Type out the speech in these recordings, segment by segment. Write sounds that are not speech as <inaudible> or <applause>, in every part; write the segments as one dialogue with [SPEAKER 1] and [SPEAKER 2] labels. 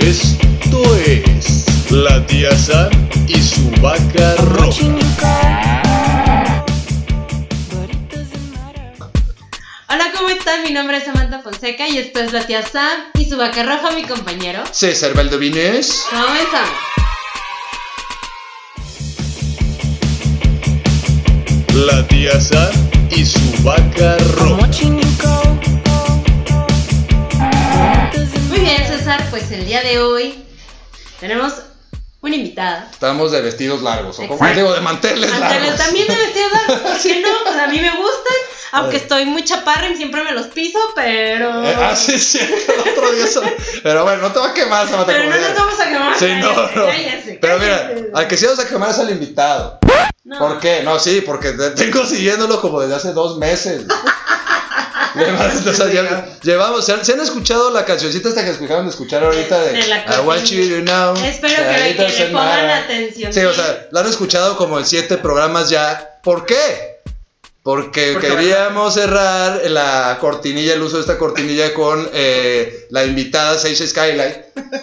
[SPEAKER 1] Esto es La Tía Sam y su vaca roja.
[SPEAKER 2] Hola, ¿cómo están? Mi nombre es Samantha Fonseca y esto es la tía Sam y su vaca roja, mi compañero.
[SPEAKER 1] César Valdovinés.
[SPEAKER 2] Comenzamos.
[SPEAKER 1] La Tía Sam y su vaca roja.
[SPEAKER 2] Muy bien, César, pues el día de hoy tenemos una invitada.
[SPEAKER 3] Estamos de vestidos largos, o como
[SPEAKER 2] Exacto.
[SPEAKER 3] digo, de manteles
[SPEAKER 2] Aunque
[SPEAKER 3] largos.
[SPEAKER 2] también me vestí largos, ¿por qué no? Pues a mí me gustan, aunque estoy muy chaparra y siempre me los piso, pero...
[SPEAKER 3] <laughs> Eh, ah, sí, sí, el otro día. son- Pero bueno, no te va a quemar, Samantha.
[SPEAKER 2] Pero
[SPEAKER 3] como
[SPEAKER 2] no
[SPEAKER 3] digas.
[SPEAKER 2] nos vamos a quemar.
[SPEAKER 3] Sí, no,
[SPEAKER 2] cállate,
[SPEAKER 3] no.
[SPEAKER 2] cállate,
[SPEAKER 3] Pero mira,
[SPEAKER 2] cállate.
[SPEAKER 3] al que sí vamos a quemar es al invitado.
[SPEAKER 2] No.
[SPEAKER 3] ¿Por qué? No, sí, porque te- tengo siguiéndolo como desde hace
[SPEAKER 2] <laughs>
[SPEAKER 3] dos meses. Llevamos- o sea, lle- llevamos, ¿se han, se han escuchado la cancioncita esta que escucharon de escuchar ahorita de,
[SPEAKER 2] De la
[SPEAKER 3] I want you to know?
[SPEAKER 2] Espero que le-
[SPEAKER 3] Ahorita
[SPEAKER 2] que le
[SPEAKER 3] se
[SPEAKER 2] pongan
[SPEAKER 3] mara.
[SPEAKER 2] atención, ¿eh?
[SPEAKER 3] Sí, o
[SPEAKER 2] sí.
[SPEAKER 3] sea, la han escuchado como en siete programas ya. ¿Por qué? Porque,
[SPEAKER 4] Porque
[SPEAKER 3] queríamos cerrar la cortinilla, el uso de esta cortinilla con eh, la invitada Sage Skylight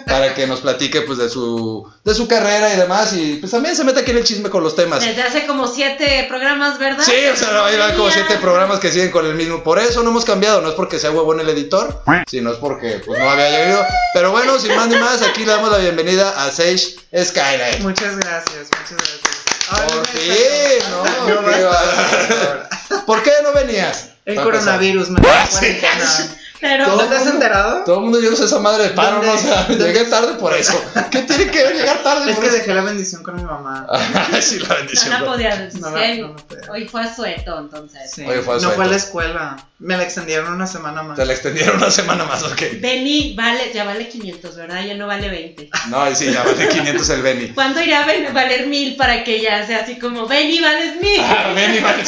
[SPEAKER 3] para que nos platique pues de su de su carrera y demás y pues también se mete aquí en el chisme con los temas.
[SPEAKER 2] Desde hace como siete programas, ¿verdad?
[SPEAKER 3] Sí, o sea, ahí van como
[SPEAKER 2] Mira.
[SPEAKER 3] siete programas que siguen con el mismo. Por eso no hemos cambiado, no es porque sea huevón el editor, sino es porque pues, no había llovido. Pero bueno, sin más ni más, aquí le damos la bienvenida a Sage Skylight.
[SPEAKER 4] Muchas gracias, muchas gracias. Ay,
[SPEAKER 3] Por
[SPEAKER 4] me
[SPEAKER 3] fin,
[SPEAKER 4] salió.
[SPEAKER 3] ¿no?
[SPEAKER 4] Hasta
[SPEAKER 3] Qué
[SPEAKER 4] yo basta.
[SPEAKER 3] bárbaro. ¿Por qué no venías?
[SPEAKER 4] El
[SPEAKER 3] Para empezar.
[SPEAKER 4] coronavirus me
[SPEAKER 3] Ah,
[SPEAKER 4] da
[SPEAKER 3] <laughs> sí.
[SPEAKER 4] cuarentena.
[SPEAKER 2] Pero
[SPEAKER 4] ¿No te has enterado?
[SPEAKER 3] Todo el mundo llegó a esa madre de paro,
[SPEAKER 4] ¿Dónde?
[SPEAKER 3] ¿no? O sea,
[SPEAKER 4] ¿Dónde?
[SPEAKER 3] llegué tarde por
[SPEAKER 4] <laughs>
[SPEAKER 3] eso. ¿Qué tiene que ver llegar tarde
[SPEAKER 4] Es
[SPEAKER 3] por
[SPEAKER 4] que
[SPEAKER 3] eso?
[SPEAKER 4] dejé la bendición con mi mamá.
[SPEAKER 3] Ah, <laughs> sí, la bendición.
[SPEAKER 2] no la
[SPEAKER 3] bro.
[SPEAKER 2] podía decir.
[SPEAKER 4] No la- no me podía.
[SPEAKER 2] Hoy fue sueto, entonces.
[SPEAKER 4] Sí.
[SPEAKER 3] Oye, fue al
[SPEAKER 4] no fue a
[SPEAKER 3] suelto.
[SPEAKER 4] la escuela. Me la extendieron una semana más.
[SPEAKER 3] Te la extendieron una semana más, ok.
[SPEAKER 2] Benny vale, ya vale 500, ¿verdad? Ya no vale 20.
[SPEAKER 3] No, y sí, ya
[SPEAKER 4] <laughs>
[SPEAKER 3] vale 500 el Benny.
[SPEAKER 2] ¿Cuándo irá a ven- valer 1000 para que ya sea así como Benny vales 1000?
[SPEAKER 3] Ah, Benny, vale.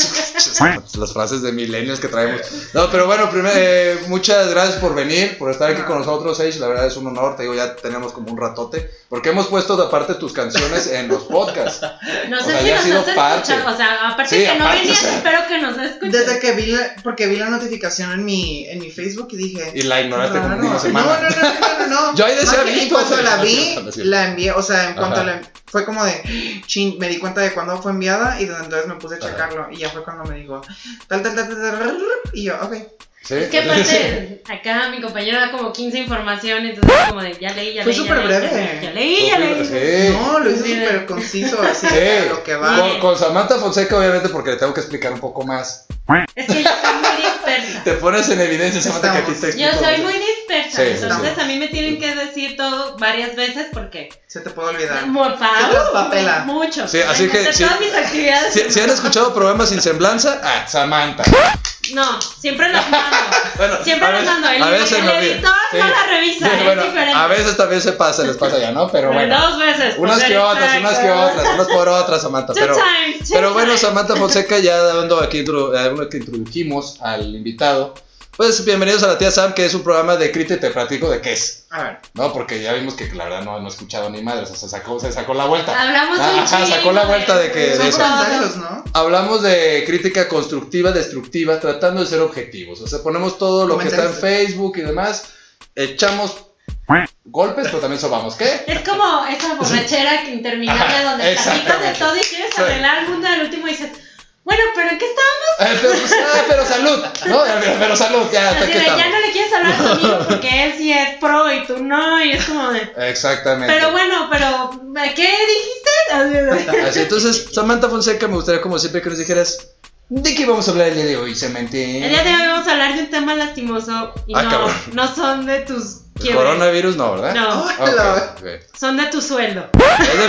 [SPEAKER 3] <laughs> Las frases de milenios que traemos. No, pero bueno, primero, eh, muchas gracias por venir, por estar aquí con nosotros, Sage. La verdad es un honor, te digo, ya tenemos como un ratote. Porque hemos puesto de aparte tus canciones en los podcasts.
[SPEAKER 2] No
[SPEAKER 3] o
[SPEAKER 2] sé
[SPEAKER 3] sea,
[SPEAKER 2] si
[SPEAKER 3] ya ha
[SPEAKER 2] nos
[SPEAKER 3] sido
[SPEAKER 2] has
[SPEAKER 3] parte.
[SPEAKER 2] escuchado. O sea, aparte
[SPEAKER 3] Sí,
[SPEAKER 2] que no
[SPEAKER 3] aparte,
[SPEAKER 2] venías,
[SPEAKER 3] o sea.
[SPEAKER 2] espero que nos escuches.
[SPEAKER 4] Desde que vi la, porque vi la notificación en mi, en mi Facebook y dije.
[SPEAKER 3] Y la ignoraste como
[SPEAKER 4] "Raro".
[SPEAKER 3] una semana.
[SPEAKER 4] No, no, no, no, no,
[SPEAKER 3] <laughs>
[SPEAKER 4] no.
[SPEAKER 3] Yo ahí decía,
[SPEAKER 4] Más que En
[SPEAKER 3] "Visto",
[SPEAKER 4] cuanto la
[SPEAKER 3] no, <laughs>
[SPEAKER 4] vi,
[SPEAKER 3] no, no, no.
[SPEAKER 4] la envié. O sea, en cuanto
[SPEAKER 3] Ajá.
[SPEAKER 4] la fue como de chin, me di cuenta de cuándo fue enviada y desde entonces me puse a checarlo. Y ya fue cuando me dijo tal, tal, tal, tal, tal, y yo, ok.
[SPEAKER 3] <laughs> ¿Sí?
[SPEAKER 2] Es que aparte, acá mi compañero da como 15 información, entonces como de ya leí, ya
[SPEAKER 4] Fue
[SPEAKER 2] leí. ya
[SPEAKER 4] súper
[SPEAKER 2] leí, ya
[SPEAKER 4] breve.
[SPEAKER 2] leí, Ya leí, ya leí.
[SPEAKER 3] Sí.
[SPEAKER 4] No, lo hizo
[SPEAKER 2] Sí.
[SPEAKER 4] súper conciso, así a
[SPEAKER 3] Sí,
[SPEAKER 4] lo que va.
[SPEAKER 3] con, con Samantha Fonseca obviamente porque le tengo que explicar un poco más.
[SPEAKER 2] Es que yo soy muy
[SPEAKER 3] <laughs>
[SPEAKER 2] dispersa.
[SPEAKER 3] Te pones en evidencia Samantha que a ti te
[SPEAKER 2] Yo
[SPEAKER 3] explico
[SPEAKER 2] soy
[SPEAKER 3] mucho.
[SPEAKER 2] muy dispersa,
[SPEAKER 3] Sí, sí,
[SPEAKER 2] entonces
[SPEAKER 3] sí.
[SPEAKER 2] a mí me tienen que decir todo varias veces porque
[SPEAKER 4] Se te puede olvidar.
[SPEAKER 2] Por
[SPEAKER 4] Se traspapela.
[SPEAKER 2] Mucho.
[SPEAKER 3] Sí, así
[SPEAKER 2] Entre
[SPEAKER 3] que, sí.
[SPEAKER 2] todas mis actividades.
[SPEAKER 3] Si, si han escuchado programas sin semblanza, ah, Samantha.
[SPEAKER 2] No, siempre los
[SPEAKER 3] <laughs>
[SPEAKER 2] mando.
[SPEAKER 3] Bueno,
[SPEAKER 2] Siempre
[SPEAKER 3] a
[SPEAKER 2] los
[SPEAKER 3] veces-
[SPEAKER 2] mando. El,
[SPEAKER 3] a veces
[SPEAKER 2] el
[SPEAKER 3] me olvido.
[SPEAKER 2] editor
[SPEAKER 3] Sí.
[SPEAKER 2] no la revisa,
[SPEAKER 3] Sí,
[SPEAKER 2] es
[SPEAKER 3] bueno,
[SPEAKER 2] diferente.
[SPEAKER 3] A veces también se pasa, les pasa ya, ¿no? Pero
[SPEAKER 2] Pero
[SPEAKER 3] bueno.
[SPEAKER 2] Dos veces. por
[SPEAKER 3] Unas que
[SPEAKER 2] ser
[SPEAKER 3] otras,
[SPEAKER 2] exacta.
[SPEAKER 3] unas que otras, unas por otras, Samantha.
[SPEAKER 2] Two
[SPEAKER 3] Pero,
[SPEAKER 2] times, two
[SPEAKER 3] pero bueno,
[SPEAKER 2] times.
[SPEAKER 3] Samantha Fonseca, ya dando aquí intro- eh, una que introdujimos al invitado. Pues bienvenidos a la tía Sam, que es un programa de crítica y te platico de qué es.
[SPEAKER 4] A ver,
[SPEAKER 3] No, porque ya vimos que la verdad no, no he escuchado ni madres, o sea, se sacó, se sacó la vuelta.
[SPEAKER 2] Hablamos
[SPEAKER 3] Ah,
[SPEAKER 2] un
[SPEAKER 3] ajá,
[SPEAKER 2] chingo
[SPEAKER 3] sacó la vuelta de que-
[SPEAKER 2] de
[SPEAKER 4] son
[SPEAKER 3] eso.
[SPEAKER 4] comentarios, ¿no?
[SPEAKER 3] Hablamos de crítica constructiva, destructiva, tratando de ser objetivos. O sea, ponemos todo lo que está en Facebook y demás, echamos golpes, pero también sobamos. ¿Qué?
[SPEAKER 2] Es como esa borrachera que interminable
[SPEAKER 3] Ajá,
[SPEAKER 2] donde platicas de
[SPEAKER 3] exactamente.
[SPEAKER 2] todo y quieres
[SPEAKER 3] Sí.
[SPEAKER 2] arreglar el mundo al último y dices, bueno, pero ¿en qué estábamos?
[SPEAKER 3] Eh, pero, pues, ah, pero salud, ¿no? Eh, Pero, pero salud, ya, hasta
[SPEAKER 2] Así
[SPEAKER 3] aquí
[SPEAKER 2] de, ya no
[SPEAKER 3] estamos.
[SPEAKER 2] le quieres hablar a tu
[SPEAKER 3] <laughs>
[SPEAKER 2] amigo porque él sí es pro y tú no, y es como de,
[SPEAKER 3] Exactamente.
[SPEAKER 2] pero bueno, pero ¿qué dijiste? Así de-
[SPEAKER 3] Así, entonces, Samantha Fonseca, me gustaría como siempre que nos dijeras, ¿de qué vamos a hablar el día de hoy, Samantha?
[SPEAKER 2] El día de hoy vamos a hablar de un tema lastimoso y
[SPEAKER 3] Ah,
[SPEAKER 2] no,
[SPEAKER 3] cabrón.
[SPEAKER 2] no son de tus
[SPEAKER 3] El
[SPEAKER 2] quiebres.
[SPEAKER 3] Coronavirus no, ¿verdad?
[SPEAKER 2] No,
[SPEAKER 3] Ok,
[SPEAKER 4] Hola.
[SPEAKER 3] ok.
[SPEAKER 2] son de tu sueldo.
[SPEAKER 3] Es de-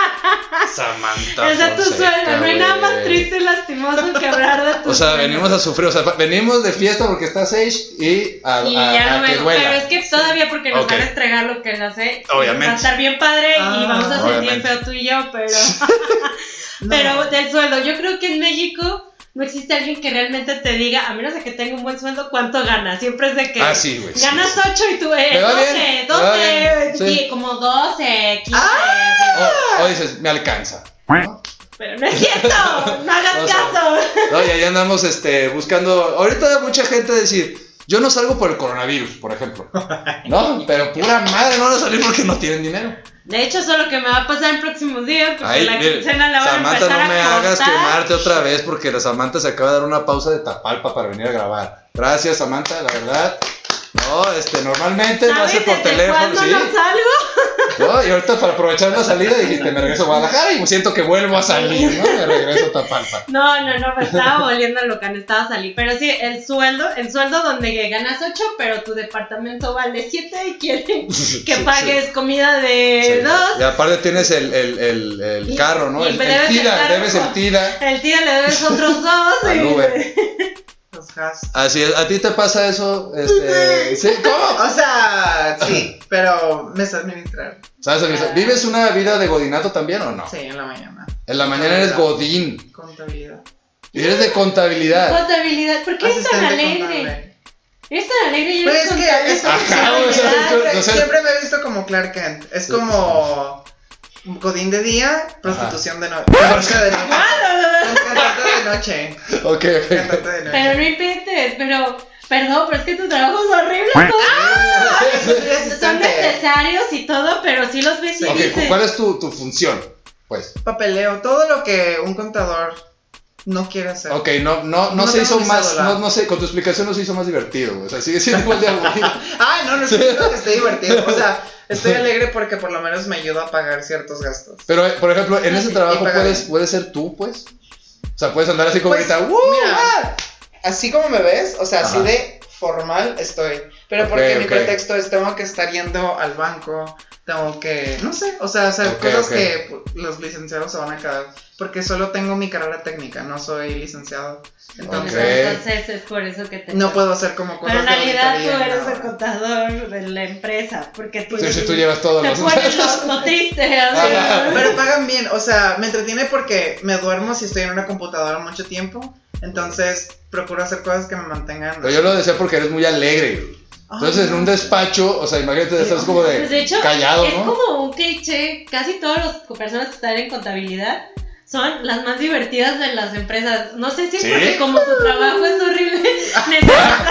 [SPEAKER 3] ah,
[SPEAKER 2] <laughs>
[SPEAKER 3] Samantha
[SPEAKER 2] es de tu
[SPEAKER 3] Fonseca,
[SPEAKER 2] sueldo. No hay nada más
[SPEAKER 3] güey.
[SPEAKER 2] triste y lastimoso que hablar de tu
[SPEAKER 3] O sea,
[SPEAKER 2] sueldo.
[SPEAKER 3] venimos a sufrir, o sea, venimos de fiesta porque está Sage y a,
[SPEAKER 2] Y
[SPEAKER 3] a-
[SPEAKER 2] ya
[SPEAKER 3] a
[SPEAKER 2] no
[SPEAKER 3] que
[SPEAKER 2] vengo, pero es
[SPEAKER 3] duela.
[SPEAKER 2] que todavía porque nos
[SPEAKER 3] Ok.
[SPEAKER 2] van a entregar lo que nos hace.
[SPEAKER 3] Obviamente.
[SPEAKER 2] Va a estar bien padre
[SPEAKER 4] Ah,
[SPEAKER 2] y vamos a sentir
[SPEAKER 3] obviamente.
[SPEAKER 2] feo tú y yo,
[SPEAKER 3] <laughs>
[SPEAKER 2] pero, <laughs>
[SPEAKER 4] No.
[SPEAKER 2] pero del sueldo. Yo creo que en México no existe alguien que realmente te diga, a menos de que tenga un buen sueldo, cuánto gana. Siempre es de que
[SPEAKER 3] Ah, sí, güey. sí,
[SPEAKER 2] ganas
[SPEAKER 3] sí.
[SPEAKER 2] 8 y tú, eh,
[SPEAKER 3] Me va
[SPEAKER 2] 12,
[SPEAKER 3] bien, me va
[SPEAKER 2] 12,
[SPEAKER 3] bien, sí.
[SPEAKER 2] sí, como 12, 15.
[SPEAKER 3] ¡Ah! O, o dices, me alcanza. ¿no?
[SPEAKER 2] Pero no es
[SPEAKER 3] <laughs>
[SPEAKER 2] cierto, no hagas
[SPEAKER 3] O sea,
[SPEAKER 2] caso.
[SPEAKER 3] No, y ahí andamos este, buscando. Ahorita mucha gente decir, Yo no salgo por el coronavirus, por ejemplo. No, pero pura madre, no van a salir porque no tienen dinero.
[SPEAKER 2] De hecho, eso es lo que me va a pasar Pues en próximos días, porque
[SPEAKER 3] Ay,
[SPEAKER 2] la
[SPEAKER 3] mire,
[SPEAKER 2] quincena la van a
[SPEAKER 3] Samantha,
[SPEAKER 2] empezar
[SPEAKER 3] no me
[SPEAKER 2] a
[SPEAKER 3] hagas
[SPEAKER 2] cortar.
[SPEAKER 3] quemarte otra vez porque la Samantha se acaba de dar una pausa de tapalpa para venir a grabar. Gracias, Samantha, la verdad. No, este, normalmente no
[SPEAKER 2] ¿Sabes
[SPEAKER 3] hace por
[SPEAKER 2] desde
[SPEAKER 3] teléfono,
[SPEAKER 2] cuándo
[SPEAKER 3] sí.
[SPEAKER 2] no salgo?
[SPEAKER 3] No, y ahorita para aprovechar la salida dijiste, me regreso a Guadalajara y siento que vuelvo a salir, ¿no? Me regreso a Tapalpa.
[SPEAKER 2] No, no, no, me estaba volviendo loca, no estaba a salir. Pero sí, el sueldo, el sueldo donde ganas 8, pero tu departamento vale 7 y
[SPEAKER 3] <laughs>
[SPEAKER 2] quieren que
[SPEAKER 3] Sí,
[SPEAKER 2] pagues comida
[SPEAKER 3] Sí.
[SPEAKER 2] de 2.
[SPEAKER 3] Y aparte tienes el, el, el, el
[SPEAKER 2] Y-
[SPEAKER 3] carro, ¿no?
[SPEAKER 2] y
[SPEAKER 3] El,
[SPEAKER 2] me
[SPEAKER 3] el
[SPEAKER 2] debes el
[SPEAKER 3] tira,
[SPEAKER 2] carro.
[SPEAKER 3] debes el tira
[SPEAKER 2] El tío le debes otros
[SPEAKER 3] al Uber.
[SPEAKER 2] 2.
[SPEAKER 4] Los gas.
[SPEAKER 3] Así es, ¿a ti te pasa eso? Este, ¿sí? ¿Cómo?
[SPEAKER 4] O sea, sí, pero me sé administrar.
[SPEAKER 3] ¿Sabes? lo que es? ¿Vives una vida de godinato también o no?
[SPEAKER 4] Sí, en la mañana.
[SPEAKER 3] En la mañana eres godín
[SPEAKER 4] Contabilidad.
[SPEAKER 3] y eres de contabilidad.
[SPEAKER 2] Contabilidad. ¿Por qué eres tan
[SPEAKER 4] Asistente
[SPEAKER 2] alegre?
[SPEAKER 4] contable.
[SPEAKER 2] Eres tan alegre y
[SPEAKER 4] Pero
[SPEAKER 2] eres
[SPEAKER 4] es que
[SPEAKER 2] contable.
[SPEAKER 4] es que
[SPEAKER 3] Pues Ajá,
[SPEAKER 4] siempre-
[SPEAKER 3] o sea, <laughs>
[SPEAKER 2] Contabilidad.
[SPEAKER 3] es que- o sea-
[SPEAKER 4] siempre me he visto como Clark Kent. Es como Godín de día, prostitución de
[SPEAKER 3] <laughs>
[SPEAKER 4] noche. de noche.
[SPEAKER 2] Ah,
[SPEAKER 4] Cantante de noche.
[SPEAKER 3] Ok, ok.
[SPEAKER 4] Cantante de
[SPEAKER 2] Pero no
[SPEAKER 4] noche.
[SPEAKER 2] inventes, pero. Perdón, pero es que tu trabajo es horrible.
[SPEAKER 3] <laughs>
[SPEAKER 2] ¿no?
[SPEAKER 4] Soy
[SPEAKER 2] Son
[SPEAKER 4] asistente.
[SPEAKER 2] necesarios y todo, pero sí los ves y
[SPEAKER 3] Ok,
[SPEAKER 2] dices.
[SPEAKER 3] ¿cuál es tu, tu función? Pues,
[SPEAKER 4] Papeleo, todo lo que un contador no quiere hacer.
[SPEAKER 3] ok, no, no, no,
[SPEAKER 4] No
[SPEAKER 3] se hizo
[SPEAKER 4] tengo mi
[SPEAKER 3] más,
[SPEAKER 4] celular.
[SPEAKER 3] no, no sé, con tu explicación no se hizo más divertido, güey. o sea, sigue siendo igual de aburrido.
[SPEAKER 4] Ah, no,
[SPEAKER 3] <laughs>
[SPEAKER 4] no es que creo que esté divertido. O sea, estoy alegre porque por lo menos me ayuda a pagar ciertos gastos.
[SPEAKER 3] Pero, eh, por ejemplo, en ese
[SPEAKER 4] Y
[SPEAKER 3] trabajo
[SPEAKER 4] paga
[SPEAKER 3] puedes,
[SPEAKER 4] bien.
[SPEAKER 3] puedes ser tú, pues. O sea, puedes andar así como
[SPEAKER 4] Pues,
[SPEAKER 3] ahorita, ¡uh!
[SPEAKER 4] Mira, así como me ves, o sea, así
[SPEAKER 3] Ajá.
[SPEAKER 4] de formal estoy. Pero
[SPEAKER 3] Ok,
[SPEAKER 4] porque mi
[SPEAKER 3] ok.
[SPEAKER 4] pretexto es tengo que estar yendo al banco, tengo que, no sé, o sea, hacer
[SPEAKER 3] Ok,
[SPEAKER 4] cosas
[SPEAKER 3] ok.
[SPEAKER 4] que pu- los licenciados se van a quedar. Porque solo tengo mi carrera técnica, no soy licenciado. Entonces,
[SPEAKER 3] Ok.
[SPEAKER 2] Entonces es por eso que te.
[SPEAKER 4] no puedo hacer como cosas
[SPEAKER 2] Pero en
[SPEAKER 4] de
[SPEAKER 2] realidad tú
[SPEAKER 4] auditoría,
[SPEAKER 2] eres
[SPEAKER 4] nada.
[SPEAKER 2] el contador de la empresa, porque tú.
[SPEAKER 3] Sí, sí, tú llevas todos
[SPEAKER 2] Te
[SPEAKER 3] los.
[SPEAKER 2] pones lo, lo
[SPEAKER 3] <laughs>
[SPEAKER 2] triste, o sea,
[SPEAKER 4] Pero pagan bien, o sea, me entretiene porque me duermo si estoy en una computadora mucho tiempo. Entonces, procuro hacer cosas que me mantengan.
[SPEAKER 3] Pero yo lo decía porque eres muy alegre. güey.
[SPEAKER 4] Ay,
[SPEAKER 3] Entonces, en un despacho, o sea, imagínate, estás como de,
[SPEAKER 2] Pues de hecho,
[SPEAKER 3] callado,
[SPEAKER 2] es
[SPEAKER 3] ¿no?
[SPEAKER 2] como un cliché. Casi todas las personas que están en contabilidad son las más divertidas de las empresas. No sé si es
[SPEAKER 3] ¿Sí?
[SPEAKER 2] porque como su trabajo es
[SPEAKER 3] <laughs>
[SPEAKER 2] horrible, necesitan,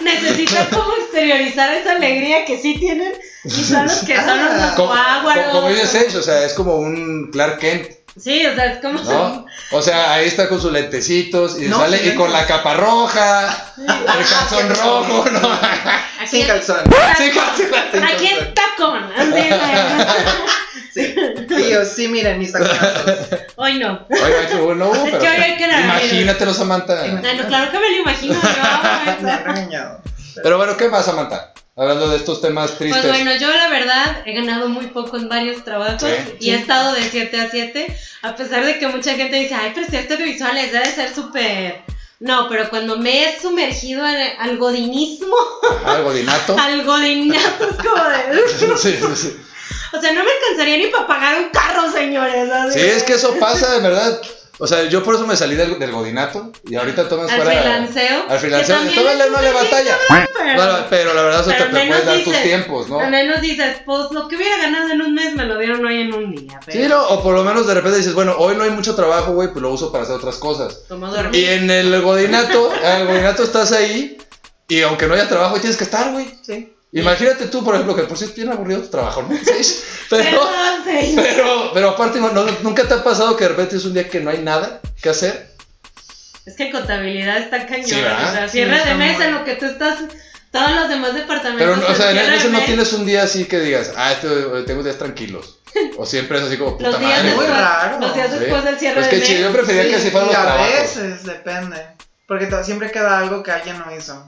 [SPEAKER 2] necesitan como exteriorizar esa alegría que sí tienen y son los que son los
[SPEAKER 4] Ah,
[SPEAKER 3] Como,
[SPEAKER 2] aguaros.
[SPEAKER 3] como dice Sage, o sea, es como un Clark Kent,
[SPEAKER 2] Sí, o sea, es como...
[SPEAKER 3] ¿no? O sea, ahí está con sus lentecitos y
[SPEAKER 4] No,
[SPEAKER 3] sale
[SPEAKER 4] sí,
[SPEAKER 3] y con la
[SPEAKER 2] <laughs>
[SPEAKER 3] capa roja, <laughs> el
[SPEAKER 2] Ah,
[SPEAKER 3] calzón rojo, ¿no?
[SPEAKER 2] Aquí
[SPEAKER 4] Ah, Sin
[SPEAKER 2] es
[SPEAKER 4] calzón.
[SPEAKER 3] Sí, casi la tengo.
[SPEAKER 2] Aquí es tacón. así, o <laughs> sea,
[SPEAKER 4] Sí. Y yo, sí,
[SPEAKER 3] <laughs>
[SPEAKER 4] miren mis taconazos.
[SPEAKER 2] Hoy no.
[SPEAKER 3] Oiga, qué bueno,
[SPEAKER 2] Es que
[SPEAKER 3] pero
[SPEAKER 2] oiga, que la-
[SPEAKER 3] imagínatelo, Samantha.
[SPEAKER 2] Ay, no, claro que me lo imagino. yo,
[SPEAKER 4] Me
[SPEAKER 2] güey.
[SPEAKER 4] han regañado.
[SPEAKER 3] Pero bueno, ¿qué más, Samantha? Hablando de estos temas tristes.
[SPEAKER 2] Pues bueno, yo la verdad he ganado muy poco en varios trabajos
[SPEAKER 3] Sí.
[SPEAKER 2] y he estado de 7 a 7, a pesar de que mucha gente dice, ay, pero si este visuales debe ser súper... No, pero cuando me he sumergido al, al godinismo,
[SPEAKER 3] Ajá,
[SPEAKER 2] <laughs>
[SPEAKER 3] el godinato.
[SPEAKER 2] al godinato es como de...
[SPEAKER 3] Sí, sí, sí.
[SPEAKER 2] O sea, no me alcanzaría ni para pagar un carro, señores. así.
[SPEAKER 3] Sí, es que eso pasa, de verdad. O sea, yo por eso me salí del, del godinato y ahorita tomas
[SPEAKER 2] Al
[SPEAKER 3] fuera.
[SPEAKER 2] freelanceo,
[SPEAKER 3] Al freelanceo.
[SPEAKER 2] que también
[SPEAKER 3] Todavía
[SPEAKER 2] es
[SPEAKER 3] no le
[SPEAKER 2] súper
[SPEAKER 3] batalla.
[SPEAKER 2] Pero-
[SPEAKER 3] No, no, pero la verdad es que
[SPEAKER 2] pero al
[SPEAKER 3] te puedes
[SPEAKER 2] menos
[SPEAKER 3] dar tus
[SPEAKER 2] dices-
[SPEAKER 3] tiempos, ¿no?
[SPEAKER 2] Al menos dices, pues lo que hubiera ganado en un mes me lo dieron hoy en un día. Pero
[SPEAKER 3] Sí, no, o por lo menos de repente dices, bueno, hoy no hay mucho trabajo, güey, pues lo uso para hacer otras cosas.
[SPEAKER 2] Como
[SPEAKER 3] Y
[SPEAKER 2] dormir.
[SPEAKER 3] en el godinato, en el godinato estás ahí y aunque no haya trabajo, ahí tienes que estar, güey.
[SPEAKER 4] Sí.
[SPEAKER 3] Imagínate tú, por ejemplo, que por si es bien aburrido tu trabajo, ¿no? <laughs> Sí, Pero,
[SPEAKER 2] Perdón, señor.
[SPEAKER 3] pero, pero aparte, no, no- ¿nunca te ha pasado que de repente es un día que no hay nada que hacer?
[SPEAKER 2] Es que contabilidad está cañón.
[SPEAKER 3] Sí, ¿verdad?
[SPEAKER 2] o sea, cierre
[SPEAKER 4] Sí,
[SPEAKER 2] de
[SPEAKER 4] está
[SPEAKER 2] mes
[SPEAKER 4] muy-
[SPEAKER 2] en lo que tú estás. Todos los demás
[SPEAKER 3] Pero,
[SPEAKER 2] departamentos. pues,
[SPEAKER 3] o sea, en
[SPEAKER 2] cierre de
[SPEAKER 3] eso no
[SPEAKER 2] mes,
[SPEAKER 3] tienes un día así que digas, ah, este, eh, tengo
[SPEAKER 2] <laughs>
[SPEAKER 3] días tranquilos. O siempre es así como, puta
[SPEAKER 2] Los días,
[SPEAKER 3] madre.
[SPEAKER 2] después,
[SPEAKER 3] güey.
[SPEAKER 4] Muy raro.
[SPEAKER 2] los días
[SPEAKER 3] Sí.
[SPEAKER 2] después del cierre
[SPEAKER 3] Pues
[SPEAKER 2] de
[SPEAKER 3] que
[SPEAKER 2] mes.
[SPEAKER 3] chido, yo prefería que así fueran
[SPEAKER 4] y
[SPEAKER 3] los
[SPEAKER 4] a
[SPEAKER 3] trabajos.
[SPEAKER 4] veces depende. Porque to- siempre queda algo que alguien no hizo.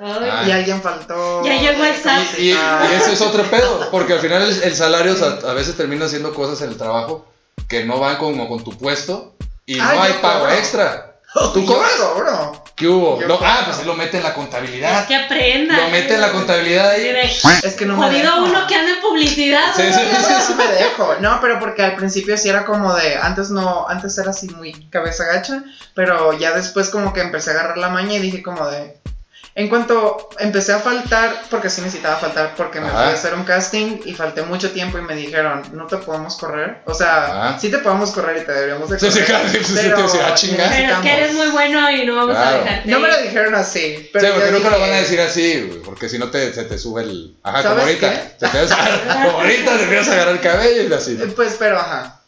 [SPEAKER 2] Ay,
[SPEAKER 3] Ah.
[SPEAKER 4] Y alguien faltó.
[SPEAKER 2] Ya llegó el SAT.
[SPEAKER 3] Y,
[SPEAKER 4] Ah.
[SPEAKER 3] y
[SPEAKER 4] <laughs>
[SPEAKER 3] eso es otro pedo, porque al final el, el salario o sea, a veces termina haciendo cosas en el trabajo que no van como con tu puesto y
[SPEAKER 4] Ah,
[SPEAKER 3] no
[SPEAKER 4] yo
[SPEAKER 3] hay pago
[SPEAKER 4] cobro.
[SPEAKER 3] extra.
[SPEAKER 4] ¿Tú
[SPEAKER 3] ¿Tú cobras?
[SPEAKER 4] cobro?
[SPEAKER 3] ¿Qué hubo?
[SPEAKER 4] Yo
[SPEAKER 3] Lo-
[SPEAKER 4] cobro.
[SPEAKER 3] ah, pues lo mete en la
[SPEAKER 2] pues
[SPEAKER 3] contabilidad.
[SPEAKER 2] que aprenda.
[SPEAKER 3] Lo mete en la contabilidad ahí.
[SPEAKER 4] Es que no me
[SPEAKER 2] Jodido
[SPEAKER 4] dejo.
[SPEAKER 2] uno que anda en publicidad.
[SPEAKER 3] Sí,
[SPEAKER 2] ¿no?
[SPEAKER 3] sí,
[SPEAKER 4] No, no, no me dejo. No, pero porque al principio sí era como de, antes no, antes era así muy cabeza gacha, pero ya después como que empecé a agarrar la maña y dije como de, En cuanto empecé a faltar, porque sí necesitaba faltar, porque me
[SPEAKER 3] Ajá.
[SPEAKER 4] fui a hacer un casting y falté mucho tiempo y me dijeron, no te podemos correr. O sea,
[SPEAKER 3] Ajá.
[SPEAKER 4] sí te podemos correr y te deberíamos de
[SPEAKER 3] Sí,
[SPEAKER 4] correr.
[SPEAKER 3] sí, claro, sí, sí,
[SPEAKER 4] pero
[SPEAKER 3] te decía, "Ah, chinga".
[SPEAKER 2] Pero es que eres muy bueno y no vamos
[SPEAKER 3] Claro.
[SPEAKER 2] a dejarte.
[SPEAKER 4] No me
[SPEAKER 2] ir.
[SPEAKER 4] lo dijeron así.
[SPEAKER 3] Sí,
[SPEAKER 4] Pero
[SPEAKER 3] porque
[SPEAKER 4] yo
[SPEAKER 3] nunca lo
[SPEAKER 4] dije,
[SPEAKER 3] van a decir así, güey, porque si no te, se te sube el... Ajá, como
[SPEAKER 4] ¿Sabes
[SPEAKER 3] ahorita.
[SPEAKER 4] qué?
[SPEAKER 3] Se te
[SPEAKER 4] <laughs>
[SPEAKER 3] vas- como ahorita te empiezas a agarrar el cabello y así.
[SPEAKER 4] eh, Pues, pero ajá.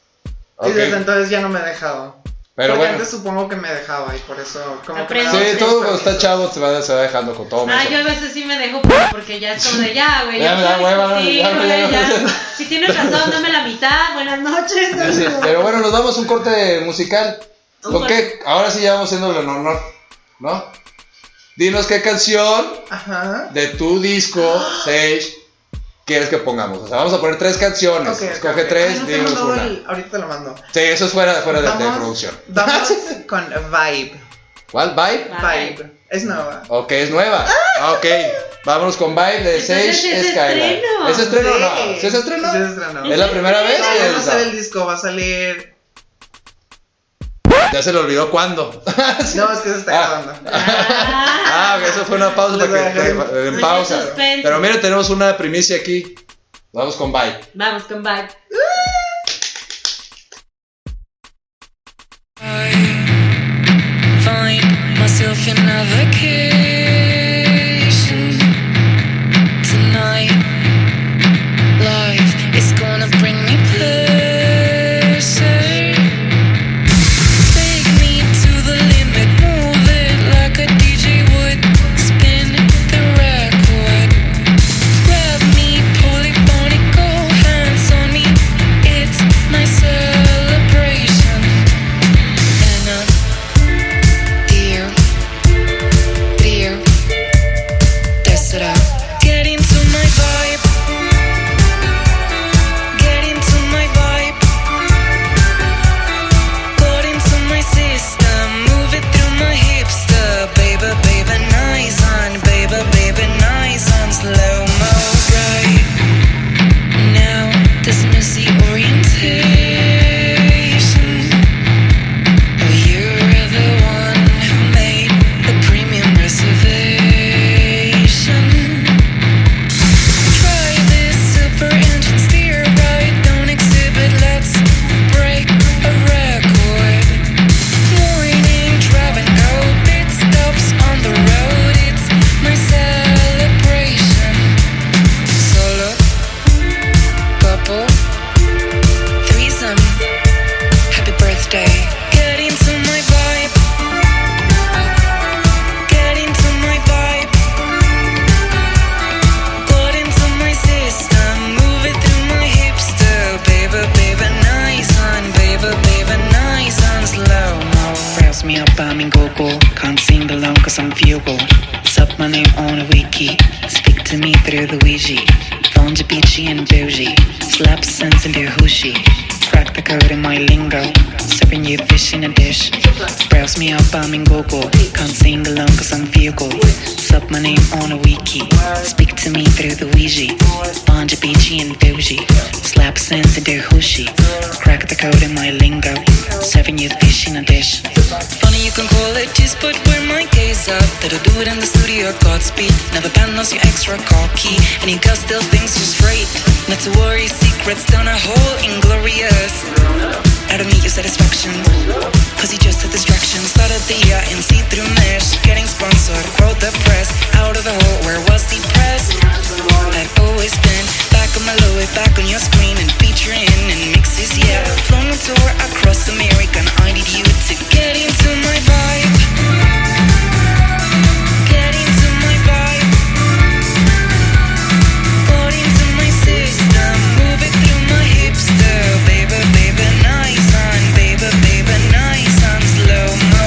[SPEAKER 3] Ok,
[SPEAKER 4] Y desde entonces ya no me he dejado.
[SPEAKER 3] pero
[SPEAKER 4] porque
[SPEAKER 3] bueno.
[SPEAKER 4] Pues, antes supongo que me dejaba y por eso como que me
[SPEAKER 2] Aprende.
[SPEAKER 4] daba
[SPEAKER 3] Sí,
[SPEAKER 4] mucho
[SPEAKER 3] todo cuando
[SPEAKER 4] permiso.
[SPEAKER 3] está chavo se va, se va dejando con todo.
[SPEAKER 2] Ah,
[SPEAKER 3] mundo.
[SPEAKER 2] yo a veces sí me dejo pero porque ya es como de ya, güey.
[SPEAKER 3] Ya me da
[SPEAKER 2] puedes
[SPEAKER 3] hueva,
[SPEAKER 2] discutir,
[SPEAKER 3] ya me da
[SPEAKER 2] güey, ya.
[SPEAKER 3] hueva.
[SPEAKER 2] Si tienes razón, dame la mitad. Buenas noches.
[SPEAKER 3] Ya sé, Pero bueno, nos damos un corte musical.
[SPEAKER 2] Un
[SPEAKER 3] ¿Con
[SPEAKER 2] corte.
[SPEAKER 3] qué? Ahora sí ya vamos siendo el honor, ¿no? Dinos qué canción
[SPEAKER 4] Ajá.
[SPEAKER 3] de tu disco, Sage, quieres que pongamos. O sea, vamos a poner tres canciones.
[SPEAKER 4] Ok,
[SPEAKER 3] Escoge
[SPEAKER 4] ok, ok.
[SPEAKER 3] tres,
[SPEAKER 4] Ay, no te he
[SPEAKER 3] dinos
[SPEAKER 4] mandado
[SPEAKER 3] una.
[SPEAKER 4] el- Ahorita te lo mando.
[SPEAKER 3] Sí, eso es fuera, fuera de, de
[SPEAKER 4] Vamos-
[SPEAKER 3] producción.
[SPEAKER 4] <laughs> Vamos con Vibe.
[SPEAKER 3] <laughs> ¿Cuál? ¿Vibe?
[SPEAKER 2] Bye.
[SPEAKER 4] Vibe. Es nueva.
[SPEAKER 3] Ok, es nueva. Ah, ok. Vámonos con Vibe de
[SPEAKER 2] Entonces,
[SPEAKER 3] Sage
[SPEAKER 2] ¿es
[SPEAKER 3] Skyline.
[SPEAKER 2] estreno?
[SPEAKER 3] ¿Es estreno o no?
[SPEAKER 4] Sí.
[SPEAKER 3] ¿Sí ¿Es estreno?
[SPEAKER 4] Sí, se estrenó.
[SPEAKER 3] ¿Es la primera vez?
[SPEAKER 4] No, ya no sale el
[SPEAKER 3] Ya,
[SPEAKER 4] disco, va a salir.
[SPEAKER 3] se le olvidó cuándo. <laughs>
[SPEAKER 4] No, es que se está
[SPEAKER 3] Ah. <laughs>
[SPEAKER 4] grabando.
[SPEAKER 3] Ah, ok, eso fue una pausa
[SPEAKER 4] Les
[SPEAKER 3] para que
[SPEAKER 4] voy a dejar
[SPEAKER 3] para- en
[SPEAKER 2] Mucho
[SPEAKER 3] pausa.
[SPEAKER 2] suspense.
[SPEAKER 3] Pero mira, tenemos una primicia aquí. Vamos con bye.
[SPEAKER 2] Vamos con bye.
[SPEAKER 5] find myself in a vacation tonight. Life is gonna bring me pleasure. Take me to the limit, move it like a DJ would. Spin the record. Grab me, polyphonic, go hands on me. It's my celebration. And I'm Dear, dear, test it out. Get into my vibe. Get into my vibe. Got into my system. Move it through my hipster. Baby, baby, nice on. Baby, baby, nice on. Slow mo, right? Now, dismiss the orientation. You're the one who made the premium reservation. Try this super engine steer right. Don't exhibit. Let's break a record. Morning driving out. Pit stops on the road. It's my celebration. Solo, couple, threesome. Happy birthday. Get into my vibe. Get into my vibe. Got into my system. Move it through my hipster. Baby, baby, nice on. Baby, baby, nice on. Slow mo.
[SPEAKER 6] Browse me up, I'm in Google. Can't sing alone cause I'm fugal. Sub my name on a wiki. Speak to me through the Ouija. Phone to beachy and bougie. Slap sense into hushy. Crack the code in my lingo. Serving you fish in a dish. Browse me up, I'm in Google. Can't sing alone cause I'm fugal. Sub my name on a wiki. Speak to me through the Ouija. Phone to beachy and bougie. Slap sense into hushy. Crack the code in my lingo. Serving you fish in a dish.
[SPEAKER 5] Funny you can call it just but where my gaze up. That'll do it in the studio, Godspeed. Now the band knows you're extra cocky, and you got still things just right. Not to worry, secrets down a hole, inglorious. I don't need your satisfaction, cause you're just a distraction. Start of the year in see through mesh, getting sponsored, grow the press. Out of the hole, where was the press? I've always been back on my low, back on your screen, and featuring in mixes, yeah. Flown a tour across America, and I need you to get into my vibe. Get into my vibe. Got into my system, move it through my hipster. Baby, baby, nice on. Baby, baby, nice on. Slow mo.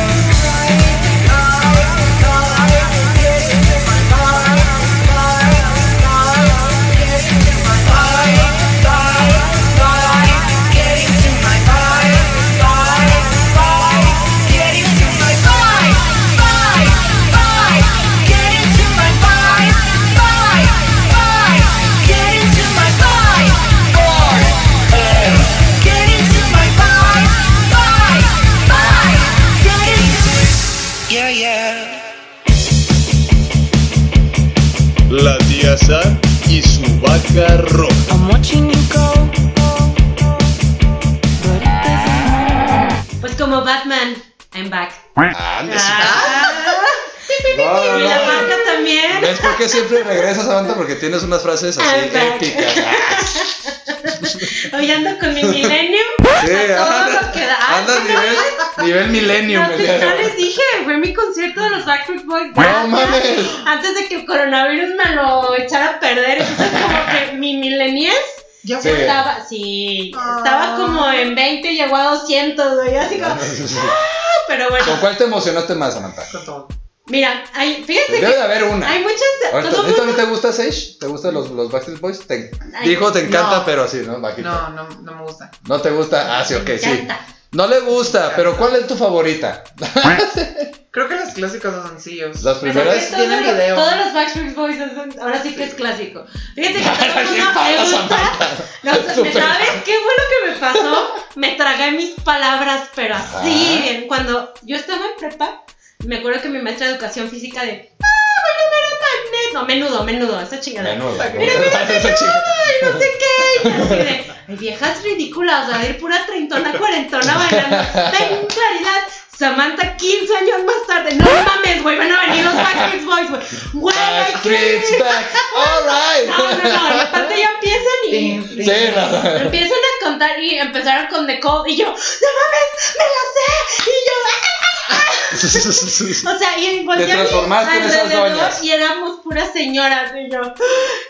[SPEAKER 1] Subaca Roja.
[SPEAKER 5] I'm watching you go. But it doesn't matter.
[SPEAKER 2] Pues como Batman, I'm back.
[SPEAKER 3] Ande,
[SPEAKER 2] Ah.
[SPEAKER 3] No, no,
[SPEAKER 2] y la
[SPEAKER 3] no.
[SPEAKER 2] vaca también.
[SPEAKER 3] ¿Ves por qué siempre regresas, Samantha? Porque tienes unas frases así
[SPEAKER 2] I'm back. <laughs>
[SPEAKER 3] épicas.
[SPEAKER 2] Hoy ando
[SPEAKER 3] <laughs>
[SPEAKER 2] con mi Millennium.
[SPEAKER 3] Sí,
[SPEAKER 2] a todo
[SPEAKER 3] andas-
[SPEAKER 2] lo que da.
[SPEAKER 3] andas nivel, nivel millennium.
[SPEAKER 2] No,
[SPEAKER 3] el
[SPEAKER 2] sí,
[SPEAKER 3] día de
[SPEAKER 2] ya
[SPEAKER 3] hoy. <laughs>
[SPEAKER 2] les dije, fue mi concierto de los Backstreet Boys.
[SPEAKER 3] No mames.
[SPEAKER 2] Antes de que el coronavirus me lo echara a perder. Entonces, como que mi millennials
[SPEAKER 4] Yo
[SPEAKER 3] Sí.
[SPEAKER 4] fui.
[SPEAKER 2] estaba, sí,
[SPEAKER 4] Ah.
[SPEAKER 2] estaba como en 20 y llegó a 200, güey. Así como, "Ah", pero
[SPEAKER 3] ¿Con
[SPEAKER 2] bueno.
[SPEAKER 3] cuál te emocionaste más, Samantha?
[SPEAKER 4] Con todo.
[SPEAKER 2] Mira, hay, fíjate
[SPEAKER 3] Debe de
[SPEAKER 2] que
[SPEAKER 3] haber una.
[SPEAKER 2] hay muchas.
[SPEAKER 3] Ahorita,
[SPEAKER 2] Todo
[SPEAKER 3] ahorita no
[SPEAKER 2] mundo-
[SPEAKER 3] te gusta Sage? ¿Te gustan los, los Backstreet Boys? Te,
[SPEAKER 2] Ay,
[SPEAKER 3] dijo, te encanta,
[SPEAKER 4] no.
[SPEAKER 3] pero así, ¿no? Bajito.
[SPEAKER 4] No, no, no me gusta.
[SPEAKER 3] ¿No te gusta? Ah, sí, ok,
[SPEAKER 2] Me
[SPEAKER 3] sí.
[SPEAKER 2] encanta.
[SPEAKER 3] No le gusta, pero ¿cuál es tu favorita?
[SPEAKER 4] Creo que los clásicos son sencillos.
[SPEAKER 3] ¿Las
[SPEAKER 2] Pero
[SPEAKER 3] primeras?
[SPEAKER 2] que todos,
[SPEAKER 4] Tienen
[SPEAKER 2] los-
[SPEAKER 4] video.
[SPEAKER 2] todos los Backstreet Boys, son- ahora sí que es clásico.
[SPEAKER 3] <laughs>
[SPEAKER 2] Fíjate que todo el
[SPEAKER 3] ¿Qué
[SPEAKER 2] mundo me
[SPEAKER 3] pasa,
[SPEAKER 2] gusta. <laughs> No, o sea,
[SPEAKER 3] Súper.
[SPEAKER 2] ¿Sabes qué fue lo que me pasó? Me tragué mis palabras, pero así,
[SPEAKER 3] Ajá.
[SPEAKER 2] bien. Cuando yo estaba en prepa, me acuerdo que mi maestra de educación física de. ¡Ah, bueno, era No, menudo, menudo, esa chingadera.
[SPEAKER 3] Menuda.
[SPEAKER 2] Mira, mira, menudo, y no sé qué. Y yo así de, "Ay, viejas ridículas, a ver, pura treintona, cuarentona bailando. Ten claridad. Samantha, 15 años más tarde. No mames, güey, van a venir los Backstreet Boys, güey. Güey,
[SPEAKER 3] Backstreet's
[SPEAKER 2] ¿qué?
[SPEAKER 3] back. All
[SPEAKER 2] No, no,
[SPEAKER 3] right.
[SPEAKER 2] no, y aparte ya empiezan y.
[SPEAKER 4] Tin, tin.
[SPEAKER 3] Sí, no.
[SPEAKER 2] Empiezan a contar y empezaron con The Cold y yo, no mames, me la sé. Y yo, "Ah, ah, ah". O sea, y en volteé a mi
[SPEAKER 3] transformaste en esas
[SPEAKER 2] alrededor
[SPEAKER 3] doñas.
[SPEAKER 2] y éramos puras señoras. Y yo, "Ah,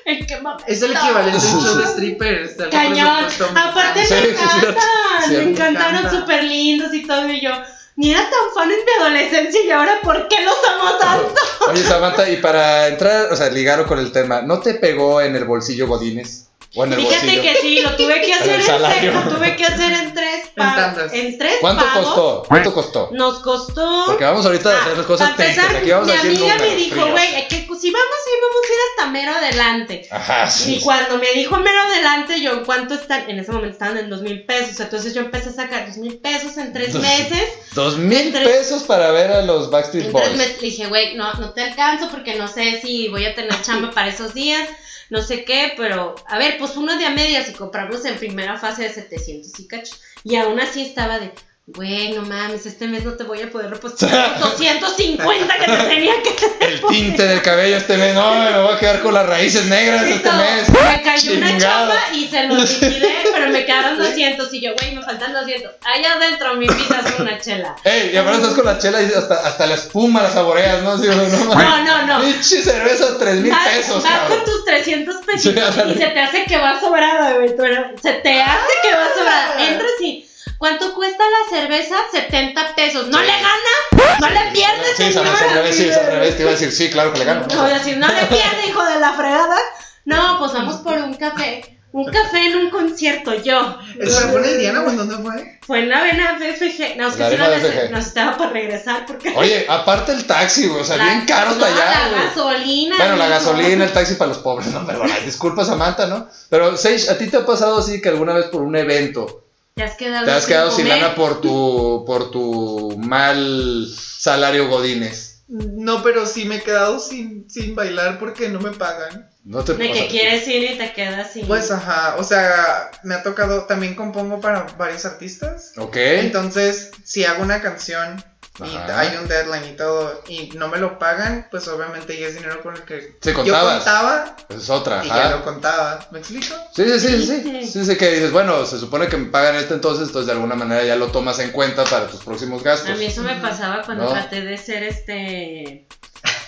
[SPEAKER 2] el que mamá.
[SPEAKER 4] Es el equivalente
[SPEAKER 3] <laughs>
[SPEAKER 4] a un show de strippers. de algún
[SPEAKER 2] Cañón.
[SPEAKER 3] Pues,
[SPEAKER 4] presupuesto muy
[SPEAKER 2] Aparte
[SPEAKER 3] Sí,
[SPEAKER 2] me
[SPEAKER 3] sí,
[SPEAKER 2] encantan.
[SPEAKER 3] cierto.
[SPEAKER 2] Me
[SPEAKER 3] Cierto.
[SPEAKER 2] encantaron
[SPEAKER 4] Encanta.
[SPEAKER 2] súper lindos y todo. Y yo, ni era tan fan en mi adolescencia y ahora, ¿por qué los amo tanto?
[SPEAKER 3] <laughs> Oye, Samantha, y para entrar, o sea, ligaron con el tema, ¿no te pegó en el bolsillo Godínez? O en el
[SPEAKER 2] Fíjate
[SPEAKER 3] bolsillo.
[SPEAKER 2] que sí, lo tuve
[SPEAKER 3] <laughs>
[SPEAKER 2] que hacer
[SPEAKER 3] el
[SPEAKER 2] en,
[SPEAKER 3] salario.
[SPEAKER 2] tres- lo tuve que hacer en tres pagos.
[SPEAKER 4] tandas.
[SPEAKER 2] En tres
[SPEAKER 3] ¿Cuánto
[SPEAKER 2] pagos.
[SPEAKER 3] costó? ¿Cuánto costó?
[SPEAKER 2] Nos costó.
[SPEAKER 3] Porque vamos ahorita a hacer las cosas
[SPEAKER 2] para
[SPEAKER 3] técnicas.
[SPEAKER 2] empezar,
[SPEAKER 3] Aquí vamos
[SPEAKER 2] mi
[SPEAKER 3] a decir
[SPEAKER 2] amiga me
[SPEAKER 3] números
[SPEAKER 2] dijo,
[SPEAKER 3] fríos.
[SPEAKER 2] güey, eh, que si vamos a ir, vamos a ir hasta mero adelante.
[SPEAKER 3] Ajá,
[SPEAKER 2] Y
[SPEAKER 3] sí.
[SPEAKER 2] cuando me dijo mero adelante, yo, ¿en cuánto están? En ese momento estaban en dos mil pesos. Entonces yo empecé a sacar dos mil pesos en
[SPEAKER 3] <laughs>
[SPEAKER 2] tres meses.
[SPEAKER 3] Dos mil
[SPEAKER 2] Entre-
[SPEAKER 3] pesos para ver a los Backstreet
[SPEAKER 2] Entonces me
[SPEAKER 3] Boys.
[SPEAKER 2] le dije, güey, no, no te alcanzo porque no sé si voy a tener chamba para esos días, no sé qué, pero a ver, pues uno de a medias y comprarlos en primera fase de 700 y cacho. Y aún así estaba de, güey, no mames, este mes no te voy a poder repostar
[SPEAKER 3] <laughs>
[SPEAKER 2] los 250 que te tenía que
[SPEAKER 3] El tinte del cabello este mes. No, me voy a quedar con las raíces negras
[SPEAKER 2] Y
[SPEAKER 3] este
[SPEAKER 2] todo.
[SPEAKER 3] mes.
[SPEAKER 2] Me cayó una
[SPEAKER 3] Chingado.
[SPEAKER 2] chamba y se los liquidé, pero me quedaron 200 y yo, güey, me faltan 200. Allá adentro mi pizza es una
[SPEAKER 3] <laughs>
[SPEAKER 2] chela.
[SPEAKER 3] Ey, y ahora estás con la chela y hasta, hasta la espuma la saboreas, ¿no? Sí, no,
[SPEAKER 2] No, no, no.
[SPEAKER 3] Pinche cerveza, tres mil
[SPEAKER 2] Vas-
[SPEAKER 3] pesos,
[SPEAKER 2] vas
[SPEAKER 3] cabrón.
[SPEAKER 2] con tus 300 pesos
[SPEAKER 3] Sí, ándale. Ah.
[SPEAKER 2] y se te hace que va sobrada, güey. tú eres- Se te hace que va sobrada. Entras y. ¿Cuánto cuesta la cerveza? 70 pesos. ¿No le gana? ¿No le pierdes,
[SPEAKER 3] Sí, es al
[SPEAKER 2] señora?
[SPEAKER 3] revés, sí, es al revés. Te iba a decir, sí, claro que le gano.
[SPEAKER 2] O decir, no le pierde, hijo de la fregada. No, pues vamos por un café. Un café en un concierto, yo.
[SPEAKER 4] ¿Eso lo pone el Diana o en dónde fue?
[SPEAKER 2] Fue en la avena FG. No, es que
[SPEAKER 3] La
[SPEAKER 2] sí
[SPEAKER 3] avena
[SPEAKER 2] nos,
[SPEAKER 3] FG.
[SPEAKER 2] nos estaba por regresar porque.
[SPEAKER 3] Oye, aparte el taxi, güey. O sea,
[SPEAKER 2] la-
[SPEAKER 3] bien caro hasta
[SPEAKER 2] no,
[SPEAKER 3] allá,
[SPEAKER 2] La
[SPEAKER 3] güey.
[SPEAKER 2] gasolina.
[SPEAKER 3] Bueno, la
[SPEAKER 2] hijo.
[SPEAKER 3] gasolina, el taxi para los pobres, no, pero ay, disculpa Samantha, ¿no? Pero Sage, ¿a ti te ha pasado así que alguna vez por un evento
[SPEAKER 2] Te has quedado,
[SPEAKER 3] te has quedado sin
[SPEAKER 2] comer?
[SPEAKER 3] lana por tu por tu mal salario godines?
[SPEAKER 4] No, pero sí me he quedado sin, sin bailar porque no me pagan.
[SPEAKER 3] No te
[SPEAKER 2] De
[SPEAKER 3] o sea,
[SPEAKER 2] que quieres ir y te quedas sin.
[SPEAKER 4] Pues ajá, o sea, me ha tocado, también compongo para varios artistas.
[SPEAKER 3] Ok.
[SPEAKER 4] Entonces, si hago una canción y
[SPEAKER 3] Ajá.
[SPEAKER 4] hay un deadline y todo y no me lo pagan, pues obviamente ya es dinero con el que
[SPEAKER 3] Sí,
[SPEAKER 4] yo
[SPEAKER 3] contabas.
[SPEAKER 4] contaba
[SPEAKER 3] Esa es otra.
[SPEAKER 4] y
[SPEAKER 3] ajá.
[SPEAKER 4] ya lo contaba. ¿Me explico?
[SPEAKER 3] Sí, sí, sí, sí, sí. Sí, sí, que dices, bueno, se supone que me pagan esto entonces, entonces de alguna manera ya lo tomas en cuenta para tus próximos gastos.
[SPEAKER 2] A
[SPEAKER 3] <laughs>
[SPEAKER 2] mí eso me pasaba cuando
[SPEAKER 3] No.
[SPEAKER 2] traté de ser este.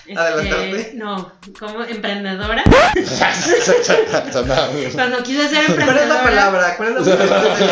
[SPEAKER 2] este,
[SPEAKER 4] Adelantarte.
[SPEAKER 2] No, como emprendedora.
[SPEAKER 3] Esta,
[SPEAKER 2] Cuando quise ser
[SPEAKER 4] ¿Cuál es
[SPEAKER 2] emprendedora.
[SPEAKER 4] la palabra? ¿Cuál es la palabra de la <laughs>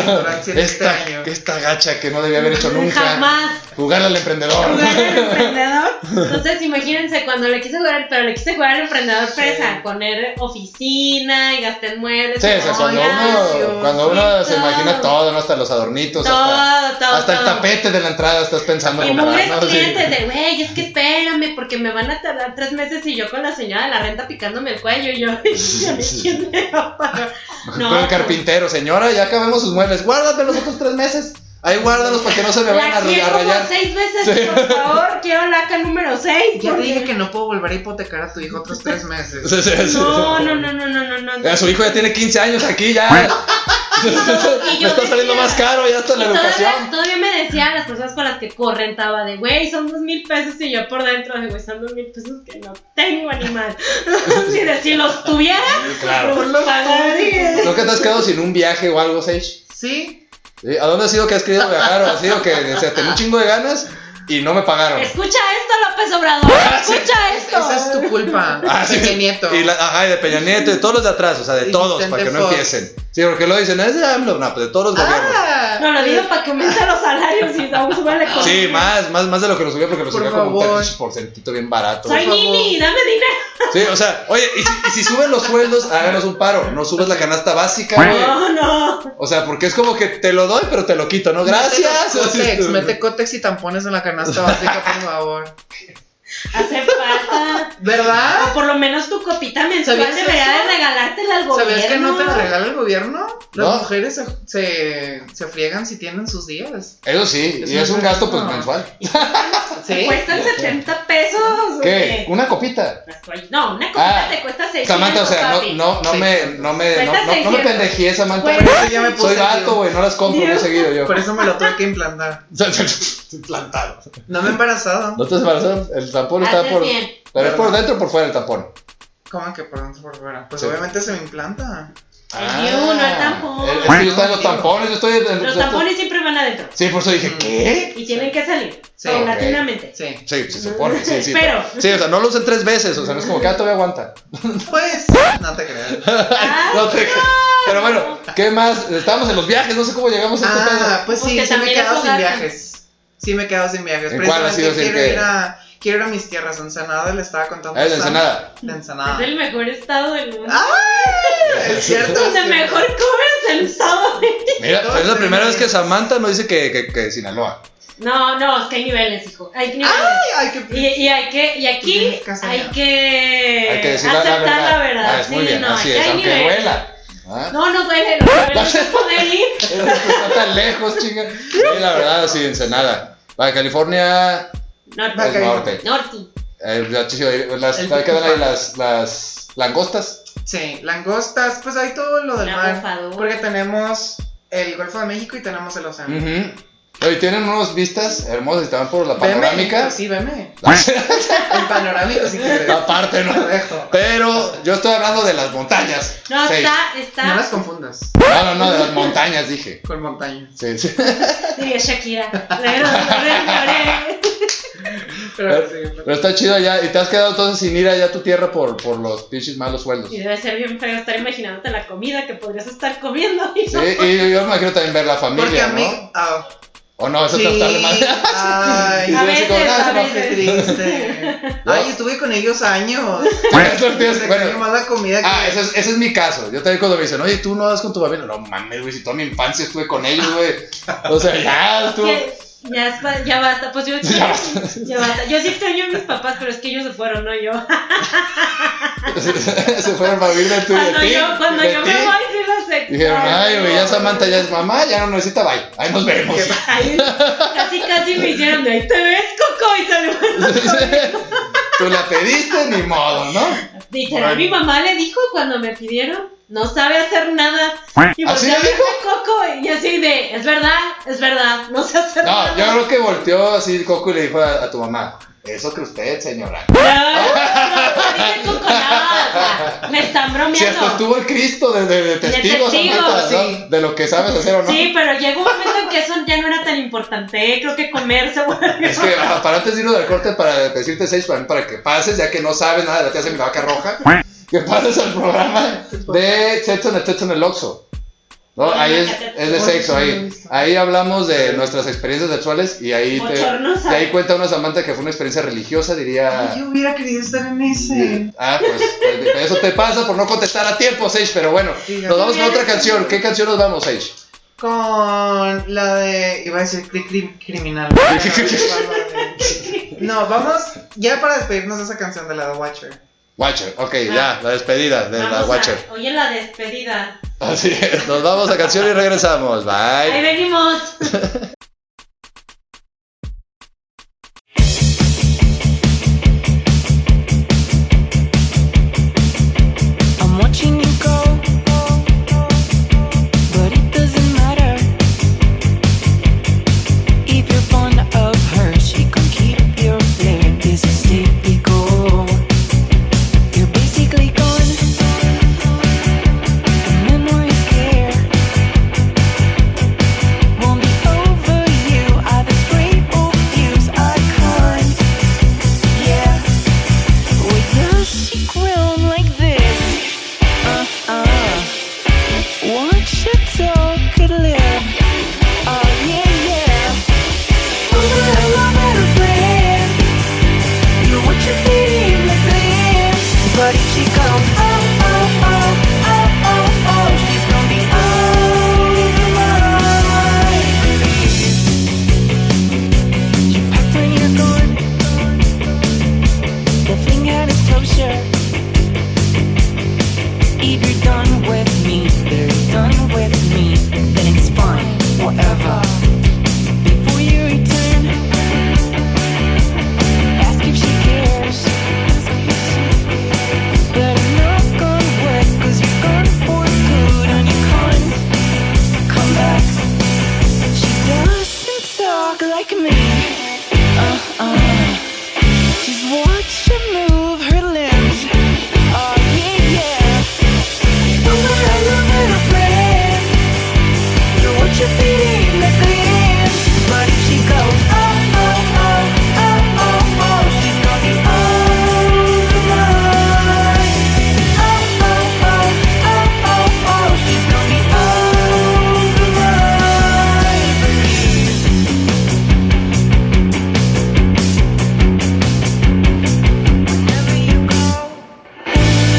[SPEAKER 3] <laughs>
[SPEAKER 4] ignorancia en este año?
[SPEAKER 3] esta gacha que no debía haber hecho nunca.
[SPEAKER 2] Jamás.
[SPEAKER 3] Jugar al emprendedor.
[SPEAKER 2] jugar al emprendedor. Entonces, imagínense, cuando le quise jugar, pero le quise jugar al emprendedor fresa, poner oficina y gasté en muebles.
[SPEAKER 3] <laughs> Sí, o sea,
[SPEAKER 2] y
[SPEAKER 3] cuando
[SPEAKER 2] joyas,
[SPEAKER 3] uno, cuando uno
[SPEAKER 2] sí,
[SPEAKER 3] se imagina
[SPEAKER 2] todo.
[SPEAKER 3] todo, ¿no? Hasta los adornitos,
[SPEAKER 2] Todo,
[SPEAKER 3] hasta,
[SPEAKER 2] todo,
[SPEAKER 3] hasta el
[SPEAKER 2] todo.
[SPEAKER 3] tapete de la entrada estás pensando
[SPEAKER 2] Y
[SPEAKER 3] en comprar,
[SPEAKER 2] mujeres
[SPEAKER 3] ¿no? Sí.
[SPEAKER 2] clientes de, güey, es que espérame, porque me van a tardar tres meses y yo con la señora de la renta picándome el cuello y yo, <laughs> y a mí, ¿quién me va a pagar?
[SPEAKER 3] Con
[SPEAKER 2] No,
[SPEAKER 3] el carpintero, señora, ya acabamos sus muebles, guárdate los otros tres meses. Ahí guárdalos para que no se me vayan
[SPEAKER 2] La
[SPEAKER 3] a, ri-
[SPEAKER 2] quiero
[SPEAKER 3] a
[SPEAKER 2] como
[SPEAKER 3] rayar.
[SPEAKER 2] seis veces,
[SPEAKER 3] Sí.
[SPEAKER 2] por favor. Quiero laca número seis.
[SPEAKER 4] Ya te
[SPEAKER 2] porque-
[SPEAKER 4] dije que no puedo volver a hipotecar a tu hijo otros tres meses.
[SPEAKER 3] <laughs> Sí, sí, sí.
[SPEAKER 2] No, no, no, no, no, no. no.
[SPEAKER 3] Eh, Su hijo ya tiene 15 años aquí, ya.
[SPEAKER 2] <laughs>
[SPEAKER 3] me
[SPEAKER 2] yo
[SPEAKER 3] está saliendo
[SPEAKER 2] decía-
[SPEAKER 3] más caro, ya hasta
[SPEAKER 2] Y
[SPEAKER 3] la
[SPEAKER 2] todavía,
[SPEAKER 3] educación.
[SPEAKER 2] todavía me decía a las personas con las que correntaba de, güey, son dos mil pesos y yo por dentro de, güey, son dos mil pesos que no tengo, animal. <laughs> si, de- si los tuviera,
[SPEAKER 3] Claro.
[SPEAKER 2] los pagaría.
[SPEAKER 3] ¿Nunca te has quedado sin un viaje o algo, Sage?
[SPEAKER 4] Sí,
[SPEAKER 3] ¿Sí? ¿A dónde has ido que has querido viajar o así? O que o sea, tenía un chingo de ganas y no me pagaron.
[SPEAKER 2] Escucha esto, López Obrador. Escucha esto.
[SPEAKER 4] esa es tu culpa.
[SPEAKER 3] Ah, sí.
[SPEAKER 4] Peña Nieto.
[SPEAKER 3] Y la- ajá, y de Peña Nieto, y de todos los de atrás, o sea, de
[SPEAKER 4] Y
[SPEAKER 3] todos, para
[SPEAKER 4] Vicente
[SPEAKER 3] que no
[SPEAKER 4] Fox.
[SPEAKER 3] empiecen. Sí, porque lo dicen, es de AMLO, no, pues de todos los gobiernos.
[SPEAKER 4] Ah,
[SPEAKER 2] No, lo digo para que aumenten los salarios y aún súbale con...
[SPEAKER 3] Sí, más, más, más de lo que lo subió porque lo
[SPEAKER 4] Por
[SPEAKER 3] subió como un
[SPEAKER 4] favor.
[SPEAKER 3] pinche porcentito bien barato.
[SPEAKER 2] Soy
[SPEAKER 4] favor.
[SPEAKER 2] Nini, dame dinero.
[SPEAKER 3] Sí, o sea, oye, y si, y si suben los sueldos, háganos un paro. No subes la canasta básica, güey.
[SPEAKER 2] No, no.
[SPEAKER 3] O sea, porque es como que te lo doy, pero te lo quito, ¿no? Gracias. <laughs>
[SPEAKER 4] Mete cótex, mete cótex y tampones en la canasta básica, por favor.
[SPEAKER 2] Hace falta.
[SPEAKER 4] ¿Verdad?
[SPEAKER 2] O por lo menos tu copita mensual
[SPEAKER 4] ¿Sabías
[SPEAKER 2] debería
[SPEAKER 4] eso?
[SPEAKER 2] de regalártela al gobierno.
[SPEAKER 4] ¿Sabías que no te la regala el gobierno? Las
[SPEAKER 3] No.
[SPEAKER 4] mujeres se, se, se friegan si tienen sus días.
[SPEAKER 3] Eso sí, y
[SPEAKER 4] Es
[SPEAKER 3] es un
[SPEAKER 4] muy
[SPEAKER 3] gasto pues
[SPEAKER 4] bueno.
[SPEAKER 3] mensual.
[SPEAKER 4] ¿Sí?
[SPEAKER 2] Cuestan 70 pesos.
[SPEAKER 3] ¿Qué? ¿Una copita?
[SPEAKER 2] Las toall- No, una copita
[SPEAKER 3] Ah,
[SPEAKER 2] te cuesta 600.
[SPEAKER 3] Samantha, o sea, no,
[SPEAKER 2] papi.
[SPEAKER 3] no, no
[SPEAKER 4] Sí.
[SPEAKER 3] me, no me, no,
[SPEAKER 2] Cuesta
[SPEAKER 3] no, no me
[SPEAKER 2] 600.
[SPEAKER 3] pendejíes, Samantha.
[SPEAKER 2] Bueno,
[SPEAKER 3] güey.
[SPEAKER 4] Yo ya me puse
[SPEAKER 3] Soy
[SPEAKER 4] el
[SPEAKER 3] gato,
[SPEAKER 4] lío.
[SPEAKER 3] güey, no las compro, muy
[SPEAKER 2] Dios.
[SPEAKER 3] seguido yo.
[SPEAKER 4] Por eso me lo tuve que implantar.
[SPEAKER 3] Estoy plantado.
[SPEAKER 4] No me he embarazado.
[SPEAKER 3] No te embarazaron, el tampón está
[SPEAKER 2] Haces
[SPEAKER 3] por.
[SPEAKER 2] bien.
[SPEAKER 3] Pero es por dentro o por fuera el tampón.
[SPEAKER 4] ¿Cómo que por dentro por fuera? Pues
[SPEAKER 3] Sí.
[SPEAKER 4] obviamente se me implanta.
[SPEAKER 2] ni uno, el tampón.
[SPEAKER 3] Es que yo estaba en los tampones, yo estoy en- en-
[SPEAKER 2] Los tampones Mm. siempre van adentro.
[SPEAKER 3] Sí, por eso dije, ¿qué?
[SPEAKER 2] Y tienen que salir.
[SPEAKER 4] Sí.
[SPEAKER 2] Paulatinamente.
[SPEAKER 4] Sí.
[SPEAKER 3] Sí, <laughs> se supone, sí, sí.
[SPEAKER 2] Pero-
[SPEAKER 3] Sí, o sea, no lo usen tres veces, o sea, no es como que ah, todavía aguanta.
[SPEAKER 4] Pues, no te creas.
[SPEAKER 2] Ah,
[SPEAKER 3] No te- Pero bueno, ¿qué más? Estábamos en los viajes, no sé cómo llegamos a este
[SPEAKER 4] Ah,
[SPEAKER 3] <laughs>
[SPEAKER 4] pues sí,
[SPEAKER 2] Porque
[SPEAKER 4] sí me he
[SPEAKER 2] también
[SPEAKER 4] quedado
[SPEAKER 2] es
[SPEAKER 4] sin
[SPEAKER 2] hogar.
[SPEAKER 4] viajes. Sí me he quedado sin viajes.
[SPEAKER 3] ¿En cuál ha sido
[SPEAKER 4] Precisamente
[SPEAKER 3] sin
[SPEAKER 4] quiero
[SPEAKER 3] que-
[SPEAKER 4] ir a quiero ir a mis tierras Ensenada, le estaba contando.
[SPEAKER 3] pedo. Ah,
[SPEAKER 4] a
[SPEAKER 3] es de
[SPEAKER 4] Sam.
[SPEAKER 3] Ensenada.
[SPEAKER 4] De
[SPEAKER 2] Ah, Es
[SPEAKER 4] Ensenada.
[SPEAKER 2] el mejor estado del mundo.
[SPEAKER 4] ¡Ay!
[SPEAKER 3] <laughs>
[SPEAKER 4] Es cierto.
[SPEAKER 2] Es el mejor cover del sábado.
[SPEAKER 3] Mira,
[SPEAKER 4] Dos,
[SPEAKER 3] es la
[SPEAKER 4] tres
[SPEAKER 3] primera vez
[SPEAKER 4] meses.
[SPEAKER 3] que Samantha no dice que, que, que Sinaloa.
[SPEAKER 2] No, no, es que hay niveles, hijo. Hay niveles.
[SPEAKER 4] Ay, ay, qué
[SPEAKER 2] Y, y hay que, y aquí
[SPEAKER 4] Tienes que hacer
[SPEAKER 2] hay
[SPEAKER 4] nada.
[SPEAKER 2] que,
[SPEAKER 3] Hay que decir la, la
[SPEAKER 2] aceptar
[SPEAKER 3] verdad.
[SPEAKER 2] la verdad.
[SPEAKER 3] Ah, es muy
[SPEAKER 2] sí,
[SPEAKER 3] bien,
[SPEAKER 2] no,
[SPEAKER 3] así
[SPEAKER 2] aquí
[SPEAKER 3] es,
[SPEAKER 2] hay
[SPEAKER 3] aunque
[SPEAKER 2] niveles.
[SPEAKER 3] duela. Ah.
[SPEAKER 2] No, no duele,
[SPEAKER 3] <laughs>
[SPEAKER 2] no duele, no es poder ir.
[SPEAKER 3] Está tan lejos, chinga. Sí, la verdad, sí, Ensenada. Para California,
[SPEAKER 2] Norte.
[SPEAKER 3] el
[SPEAKER 4] Baja
[SPEAKER 3] norte.
[SPEAKER 2] Norte.
[SPEAKER 3] Eh, ya, chico, ahí, las,
[SPEAKER 4] El
[SPEAKER 3] ¿Quedan ahí
[SPEAKER 4] Tucumán.
[SPEAKER 3] las, las langostas?
[SPEAKER 4] Sí, langostas, pues hay todo lo del
[SPEAKER 2] La
[SPEAKER 4] mar.
[SPEAKER 2] bufadora.
[SPEAKER 4] Porque tenemos el Golfo de México y tenemos el océano.
[SPEAKER 3] Ujú. Oye, tienen unas vistas hermosas y te van por la
[SPEAKER 4] Veme,
[SPEAKER 3] panorámica.
[SPEAKER 4] Sí,
[SPEAKER 3] <laughs>
[SPEAKER 4] veme. El panorámico si quieres.
[SPEAKER 3] Aparte,
[SPEAKER 4] Te lo
[SPEAKER 3] ¿no?
[SPEAKER 4] dejo.
[SPEAKER 3] Pero yo estoy hablando de las montañas.
[SPEAKER 2] No,
[SPEAKER 3] Sí.
[SPEAKER 2] está,
[SPEAKER 4] No las
[SPEAKER 2] está,
[SPEAKER 4] confundas
[SPEAKER 3] No, no, no, de las montañas, dije.
[SPEAKER 4] con montañas.
[SPEAKER 3] Sí, sí.
[SPEAKER 2] diría Shakira. Pero, pero, pero,
[SPEAKER 4] Pero,
[SPEAKER 3] Pero,
[SPEAKER 4] sí,
[SPEAKER 3] pero está chido allá. Y te has quedado entonces sin ir allá a tu tierra por, por los pinches malos sueldos.
[SPEAKER 2] Y debe ser bien feo estar imaginándote la comida que podrías estar comiendo. <laughs> y
[SPEAKER 3] Sí,
[SPEAKER 2] no.
[SPEAKER 3] y yo me imagino también ver la
[SPEAKER 4] porque
[SPEAKER 3] familia,
[SPEAKER 4] a mí.
[SPEAKER 3] ¿no?
[SPEAKER 4] ah,
[SPEAKER 3] O no, eso
[SPEAKER 4] sí,
[SPEAKER 3] te está de madre. <laughs>
[SPEAKER 4] Ay,
[SPEAKER 3] Y
[SPEAKER 2] A
[SPEAKER 3] yo así como,
[SPEAKER 2] veces, a
[SPEAKER 3] "Ah, se me
[SPEAKER 4] Qué
[SPEAKER 2] veces".
[SPEAKER 4] triste.
[SPEAKER 3] No.
[SPEAKER 4] Ay, estuve con ellos
[SPEAKER 3] <laughs>
[SPEAKER 4] años.
[SPEAKER 3] Eso
[SPEAKER 4] Se
[SPEAKER 3] tienes-
[SPEAKER 4] extrañó
[SPEAKER 3] bueno,
[SPEAKER 4] más la comida que.
[SPEAKER 3] ah, ese es, ese es mi caso. Yo también cuando me dicen, oye, tú no vas con tu familia. No mames, güey, si toda mi infancia estuve con ellos, güey. O sea, ya estuvo.
[SPEAKER 2] Que Ya, es ba- ya basta, pues yo
[SPEAKER 3] <laughs> Ya basta.
[SPEAKER 2] ya basta. Yo sí extraño a mis papás, pero es que ellos se fueron, no yo.
[SPEAKER 3] <laughs> se fueron a vivir de tu de
[SPEAKER 2] Cuando
[SPEAKER 3] ti,
[SPEAKER 2] yo, cuando
[SPEAKER 3] de
[SPEAKER 2] yo
[SPEAKER 3] ti.
[SPEAKER 2] me voy, sí las extraño.
[SPEAKER 3] Dijeron, ay, güey, ya Samantha ya es mamá, ya no necesita, bye. Ahí nos vemos. <laughs>
[SPEAKER 2] Ahí casi, casi me hicieron de ahí te ves, Coco, y salimos.
[SPEAKER 3] Tú la pediste, ni modo, ¿no?
[SPEAKER 2] Literal, mi mamá le dijo cuando me pidieron, no sabe hacer nada. Y
[SPEAKER 3] ¿Así
[SPEAKER 2] volteé a
[SPEAKER 3] le
[SPEAKER 2] verme
[SPEAKER 3] dijo?
[SPEAKER 2] Coco, y así de, es verdad, es verdad, no sé hacer
[SPEAKER 3] No,
[SPEAKER 2] nada.
[SPEAKER 3] yo creo que volteó así el Coco y le dijo a, a tu mamá, eso que usted, señora.
[SPEAKER 2] No, no, no dije Coco nada, o sea, me están
[SPEAKER 3] Si hasta
[SPEAKER 2] bromeando.
[SPEAKER 3] estuvo el Cristo de, de, de testigo,
[SPEAKER 2] testigo,
[SPEAKER 3] Samantha, ¿no?
[SPEAKER 4] sí.
[SPEAKER 3] de lo que sabes hacer o no.
[SPEAKER 2] Sí, pero llegó un momento en que eso ya no era tan importante, creo que comerse,
[SPEAKER 3] Es que ah, para antes de irnos del corte, para decirte seis, también para que pases, ya que no sabes nada de la tía de mi vaca roja, que pases al programa de sexo en el sexo en el Oxxo. ¿No?
[SPEAKER 2] Ah,
[SPEAKER 3] Ahí es, es de sexo, ahí. Ahí hablamos de nuestras experiencias sexuales y ahí te,
[SPEAKER 2] Bochornosa.
[SPEAKER 3] de ahí cuenta una Samantha que fue una experiencia religiosa,
[SPEAKER 4] Ay,
[SPEAKER 3] diría.
[SPEAKER 4] yo hubiera querido estar en ese.
[SPEAKER 3] Ah, pues, pues, eso te pasa por no contestar a tiempo, Sage, pero bueno,
[SPEAKER 4] Sí, ya.
[SPEAKER 3] nos vamos con otra canción. ¿Qué canción nos vamos, Sage?
[SPEAKER 4] Con la de. Iba a decir cri- cri-
[SPEAKER 3] <laughs>
[SPEAKER 4] criminal. No, vamos ya para despedirnos de esa canción de la de Watcher.
[SPEAKER 3] Watcher, ok, ya, la despedida de la
[SPEAKER 2] Ah. Vamos a-
[SPEAKER 3] Watcher.
[SPEAKER 2] Oye, la despedida.
[SPEAKER 3] Así es, nos vamos a canción y regresamos.
[SPEAKER 2] Ahí
[SPEAKER 3] Bye.
[SPEAKER 2] venimos.
[SPEAKER 7] I'm watching you go, but it doesn't matter. If you're fond of her, she can keep your flair. This is typical. You're basically gone. The memories care. Won't be over you. I straight old views. I can't. Yeah, with your secret like this. Uh-uh. Watch your talk could live. Oh yeah, yeah. I'm a little bit of friend. You're what you feel like this. But if she comes, oh, oh, oh, oh, oh, oh, she's gonna be out of my league. She packs when you're gone. The thing had its closure. If you're done with me, they're done with me, then it's fine, whatever. Before you return, ask if she cares. But I'm not gonna work, cause you're gone for good and you can't come back. She doesn't talk like me. Uh uh. She's watching move her limbs. Oh yeah, yeah. I'm a little bit afraid. You're what you feel like this. But if she goes, oh, oh, oh, oh, oh, oh, she's gonna be all mine. Oh, oh, oh, oh, oh, oh, she's gonna be all mine. Wherever you go.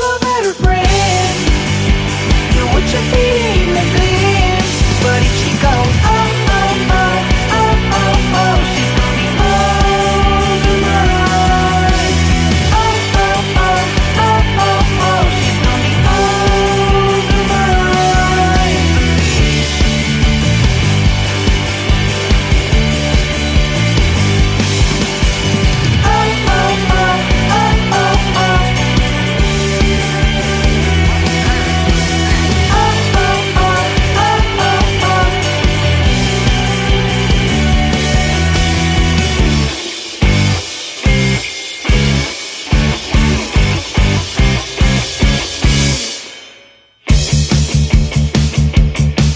[SPEAKER 7] Friend you're what you feel like this. But if she goes, oh, oh, oh, oh, oh, oh, she's gonna be overrun. Oh, oh, oh, oh, oh, oh, she's gonna be overrun. Oh, oh, oh, oh, oh, oh. Oh, oh, oh, oh, oh, oh.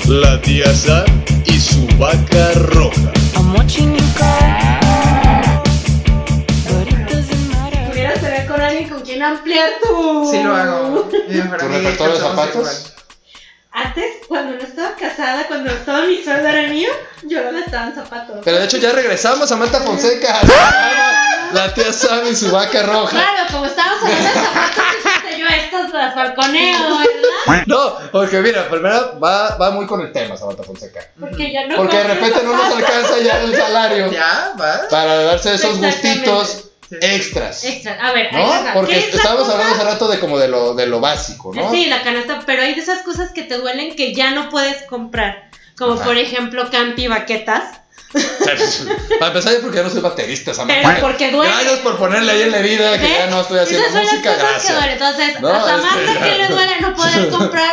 [SPEAKER 1] La tía Sar y su vaca roja.
[SPEAKER 7] I'm watching you go, but it doesn't matter.
[SPEAKER 2] Pudieras tener con alguien con quien ampliar tu.
[SPEAKER 4] Sí lo
[SPEAKER 2] Uh.
[SPEAKER 4] hago. Bien, para
[SPEAKER 3] ¿Tu
[SPEAKER 4] mí,
[SPEAKER 3] repertorio de
[SPEAKER 4] pensamos
[SPEAKER 3] zapatos?
[SPEAKER 2] Antes, cuando no estaba casada, cuando todo mi sueldo era mío, yo no gastaba en zapatos.
[SPEAKER 3] Pero de hecho ya regresamos a Manta Fonseca. La tía Sam y su vaca roja.
[SPEAKER 2] Claro, como estábamos hablando de
[SPEAKER 3] <laughs>
[SPEAKER 2] zapatos, dijiste yo estas las balconeo, ¿verdad?
[SPEAKER 3] No, porque mira, primera va, va muy con el tema Samantha Fonseca.
[SPEAKER 2] Porque ya no.
[SPEAKER 3] Porque de
[SPEAKER 2] compro
[SPEAKER 3] repente no nos
[SPEAKER 2] zapatos.
[SPEAKER 3] alcanza ya el
[SPEAKER 4] igual.
[SPEAKER 3] salario
[SPEAKER 4] ¿Ya? ¿Vas?
[SPEAKER 3] para darse esos
[SPEAKER 2] Exactamente.
[SPEAKER 3] gustitos
[SPEAKER 4] Sí.
[SPEAKER 3] extras.
[SPEAKER 2] Extra. A ver, ahí
[SPEAKER 3] ¿No?
[SPEAKER 2] está.
[SPEAKER 3] Porque
[SPEAKER 2] ¿Qué es la
[SPEAKER 3] estábamos
[SPEAKER 2] cosa?
[SPEAKER 3] hablando hace rato de como de lo, de lo básico, ¿no?
[SPEAKER 2] Sí, la canasta, pero hay de esas cosas que te duelen que ya no puedes comprar. Como
[SPEAKER 3] Ajá.
[SPEAKER 2] por ejemplo, campi baquetas.
[SPEAKER 3] <laughs> Para empezar, yo porque ya no soy baterista, Samantha.
[SPEAKER 2] Pero porque duele.
[SPEAKER 3] Gracias por ponerle ahí en la vida que
[SPEAKER 2] ¿Ves?
[SPEAKER 3] ya no estoy haciendo
[SPEAKER 2] Esas son
[SPEAKER 3] música,
[SPEAKER 2] las cosas que
[SPEAKER 3] gracias.
[SPEAKER 2] duelen. Entonces,
[SPEAKER 3] No,
[SPEAKER 2] a Samantha
[SPEAKER 3] este,
[SPEAKER 2] que
[SPEAKER 3] ya.
[SPEAKER 2] le duele no
[SPEAKER 3] <laughs>
[SPEAKER 2] poder comprar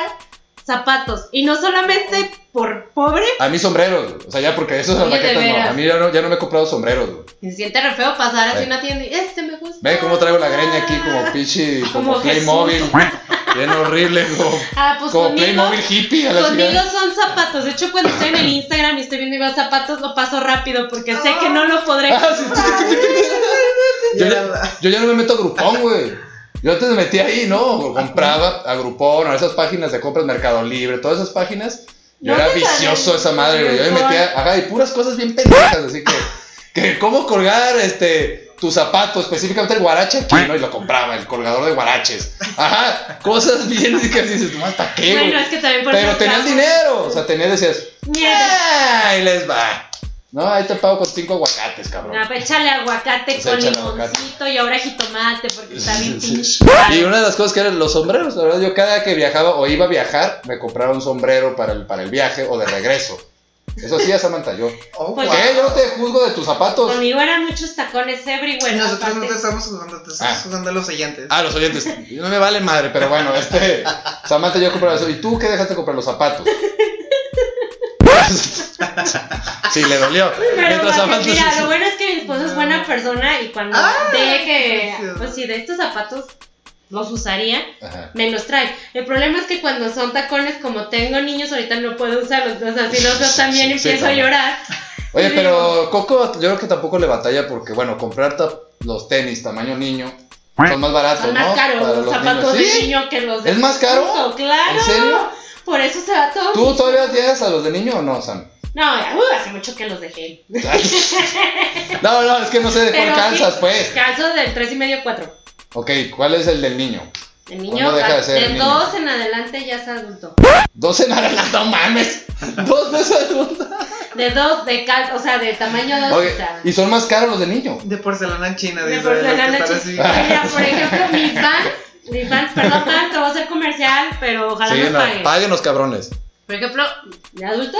[SPEAKER 2] zapatos. Y no solamente por pobre,
[SPEAKER 3] A mí sombreros, güey. o sea, ya porque eso es
[SPEAKER 2] Oye, de
[SPEAKER 3] albaquetas, no.
[SPEAKER 2] veras.
[SPEAKER 3] A mí ya no, ya no me he comprado sombreros, güey.
[SPEAKER 2] se siente re feo pasar así
[SPEAKER 3] Ve.
[SPEAKER 2] una tienda y este me gusta. Ah,
[SPEAKER 3] Ve cómo traigo la greña aquí como
[SPEAKER 2] <laughs>
[SPEAKER 3] pichi, como,
[SPEAKER 2] Como
[SPEAKER 3] Playmobil. Bien horrible, como,
[SPEAKER 2] Ah, pues
[SPEAKER 3] como
[SPEAKER 2] conmigo-
[SPEAKER 3] Playmobil hippie a la
[SPEAKER 2] Conmigo
[SPEAKER 3] ciudad.
[SPEAKER 2] son zapatos. De hecho, cuando estoy en el Instagram y estoy viendo igual zapatos, lo paso rápido porque sé
[SPEAKER 3] <laughs>
[SPEAKER 2] que no lo podré.
[SPEAKER 3] Ah, sí, sí, sí, sí, sí. Yo,
[SPEAKER 4] Ya
[SPEAKER 3] ya,
[SPEAKER 4] la-
[SPEAKER 3] yo ya no me meto a grupón, güey. Yo antes me metía ahí, ¿no? Compraba a Groupon, a esas páginas de compras, Mercado Libre, todas esas páginas. Yo
[SPEAKER 2] No
[SPEAKER 3] era
[SPEAKER 2] te
[SPEAKER 3] vicioso
[SPEAKER 2] sale
[SPEAKER 3] esa madre, güey. Yo me
[SPEAKER 2] Groupon.
[SPEAKER 3] metía, ajá, y puras cosas bien pendejas, así que, que cómo colgar este tu zapato, específicamente el guarache aquí, ¿no? Y lo compraba, el colgador de guaraches. Ajá, cosas bien que dices, "No, ¿hasta qué? güey?"
[SPEAKER 2] Bueno, es que también por
[SPEAKER 3] Pero
[SPEAKER 2] eso
[SPEAKER 3] tenías
[SPEAKER 2] estamos-
[SPEAKER 3] dinero, o sea, tenías, decías,
[SPEAKER 2] Mierda.
[SPEAKER 3] "Ah, ahí les va. No, ahí te pago con cinco aguacates, cabrón.
[SPEAKER 2] Ah, pues échale aguacate
[SPEAKER 3] Pues
[SPEAKER 2] con
[SPEAKER 3] échale aguacate.
[SPEAKER 2] limoncito y ahora jitomate porque está bien
[SPEAKER 3] Sí,
[SPEAKER 2] pinche.
[SPEAKER 3] sí. Y una de las cosas que eran los sombreros, la verdad, yo cada que viajaba o iba a viajar, me compraba un sombrero para el, para el viaje o de regreso. Eso sí, Samantha, yo.
[SPEAKER 4] Oh,
[SPEAKER 2] Pues-
[SPEAKER 4] wow.
[SPEAKER 3] ¿Qué? Yo no te juzgo de tus zapatos.
[SPEAKER 2] Conmigo eran muchos tacones everywhere.
[SPEAKER 4] Nosotros no
[SPEAKER 2] aparte.
[SPEAKER 4] te estamos jugando, te estamos
[SPEAKER 3] Ah.
[SPEAKER 4] jugando a los oyentes.
[SPEAKER 3] Ah, los oyentes, no me vale madre, pero bueno, este, Samantha yo compraba eso. ¿Y tú qué dejaste de comprar los zapatos? <laughs> Sí, le dolió.
[SPEAKER 2] Pero
[SPEAKER 3] Mientras
[SPEAKER 2] bueno,
[SPEAKER 3] Samantha-
[SPEAKER 2] mira, lo bueno es que mi esposo es buena persona y cuando
[SPEAKER 4] Ah,
[SPEAKER 2] ve que,
[SPEAKER 4] gracias.
[SPEAKER 2] pues si de estos zapatos los usaría,
[SPEAKER 3] Ajá.
[SPEAKER 2] me los trae. El problema es que cuando son tacones, como tengo niños, ahorita no puedo usarlos. Entonces, así los veo también
[SPEAKER 3] Sí,
[SPEAKER 2] empiezo a
[SPEAKER 3] claro.
[SPEAKER 2] llorar.
[SPEAKER 3] Oye, pero Coco, yo creo que tampoco le batalla porque, bueno, comprar ta- los tenis tamaño niño son más baratos,
[SPEAKER 2] Son más
[SPEAKER 3] ¿no?
[SPEAKER 2] caros
[SPEAKER 3] Para
[SPEAKER 2] los zapatos
[SPEAKER 3] niños.
[SPEAKER 2] de
[SPEAKER 3] Sí,
[SPEAKER 2] niño que los de
[SPEAKER 3] ¿Es más caro?
[SPEAKER 2] adulto, claro.
[SPEAKER 3] ¿En serio?
[SPEAKER 2] Por eso se va todo.
[SPEAKER 3] ¿Tú todavía tienes a los de niño o
[SPEAKER 2] <laughs>
[SPEAKER 3] no, Sam?
[SPEAKER 2] No, uh, hace mucho que los dejé.
[SPEAKER 3] No, no, es que no sé de cuál
[SPEAKER 2] Pero
[SPEAKER 3] calzas,
[SPEAKER 2] sí,
[SPEAKER 3] pues.
[SPEAKER 2] Calzo del 3 y medio, 4.
[SPEAKER 3] Ok, ¿cuál es el del niño?
[SPEAKER 2] El
[SPEAKER 3] Pues
[SPEAKER 2] niño,
[SPEAKER 3] no deja de ser
[SPEAKER 2] del
[SPEAKER 3] niño.
[SPEAKER 2] 2 en adelante ya es adulto.
[SPEAKER 3] Dos en adelante,
[SPEAKER 2] <laughs>
[SPEAKER 3] no mames. Dos de esa onda.
[SPEAKER 2] De 2, de calzo, o sea, de tamaño 2.
[SPEAKER 3] Oye, y son más caros los de niño.
[SPEAKER 4] De porcelana china,
[SPEAKER 2] De
[SPEAKER 4] dice, los que
[SPEAKER 2] porcelana
[SPEAKER 4] están
[SPEAKER 2] chiquita.
[SPEAKER 4] así.
[SPEAKER 2] Mira, por ejemplo, mis fans, mis fans, perdón, fans, te voy a hacer comercial, pero ojalá
[SPEAKER 3] Sí,
[SPEAKER 2] nos
[SPEAKER 3] no,
[SPEAKER 2] paguen.
[SPEAKER 3] páguenos, cabrones.
[SPEAKER 2] Por ejemplo, de adulto,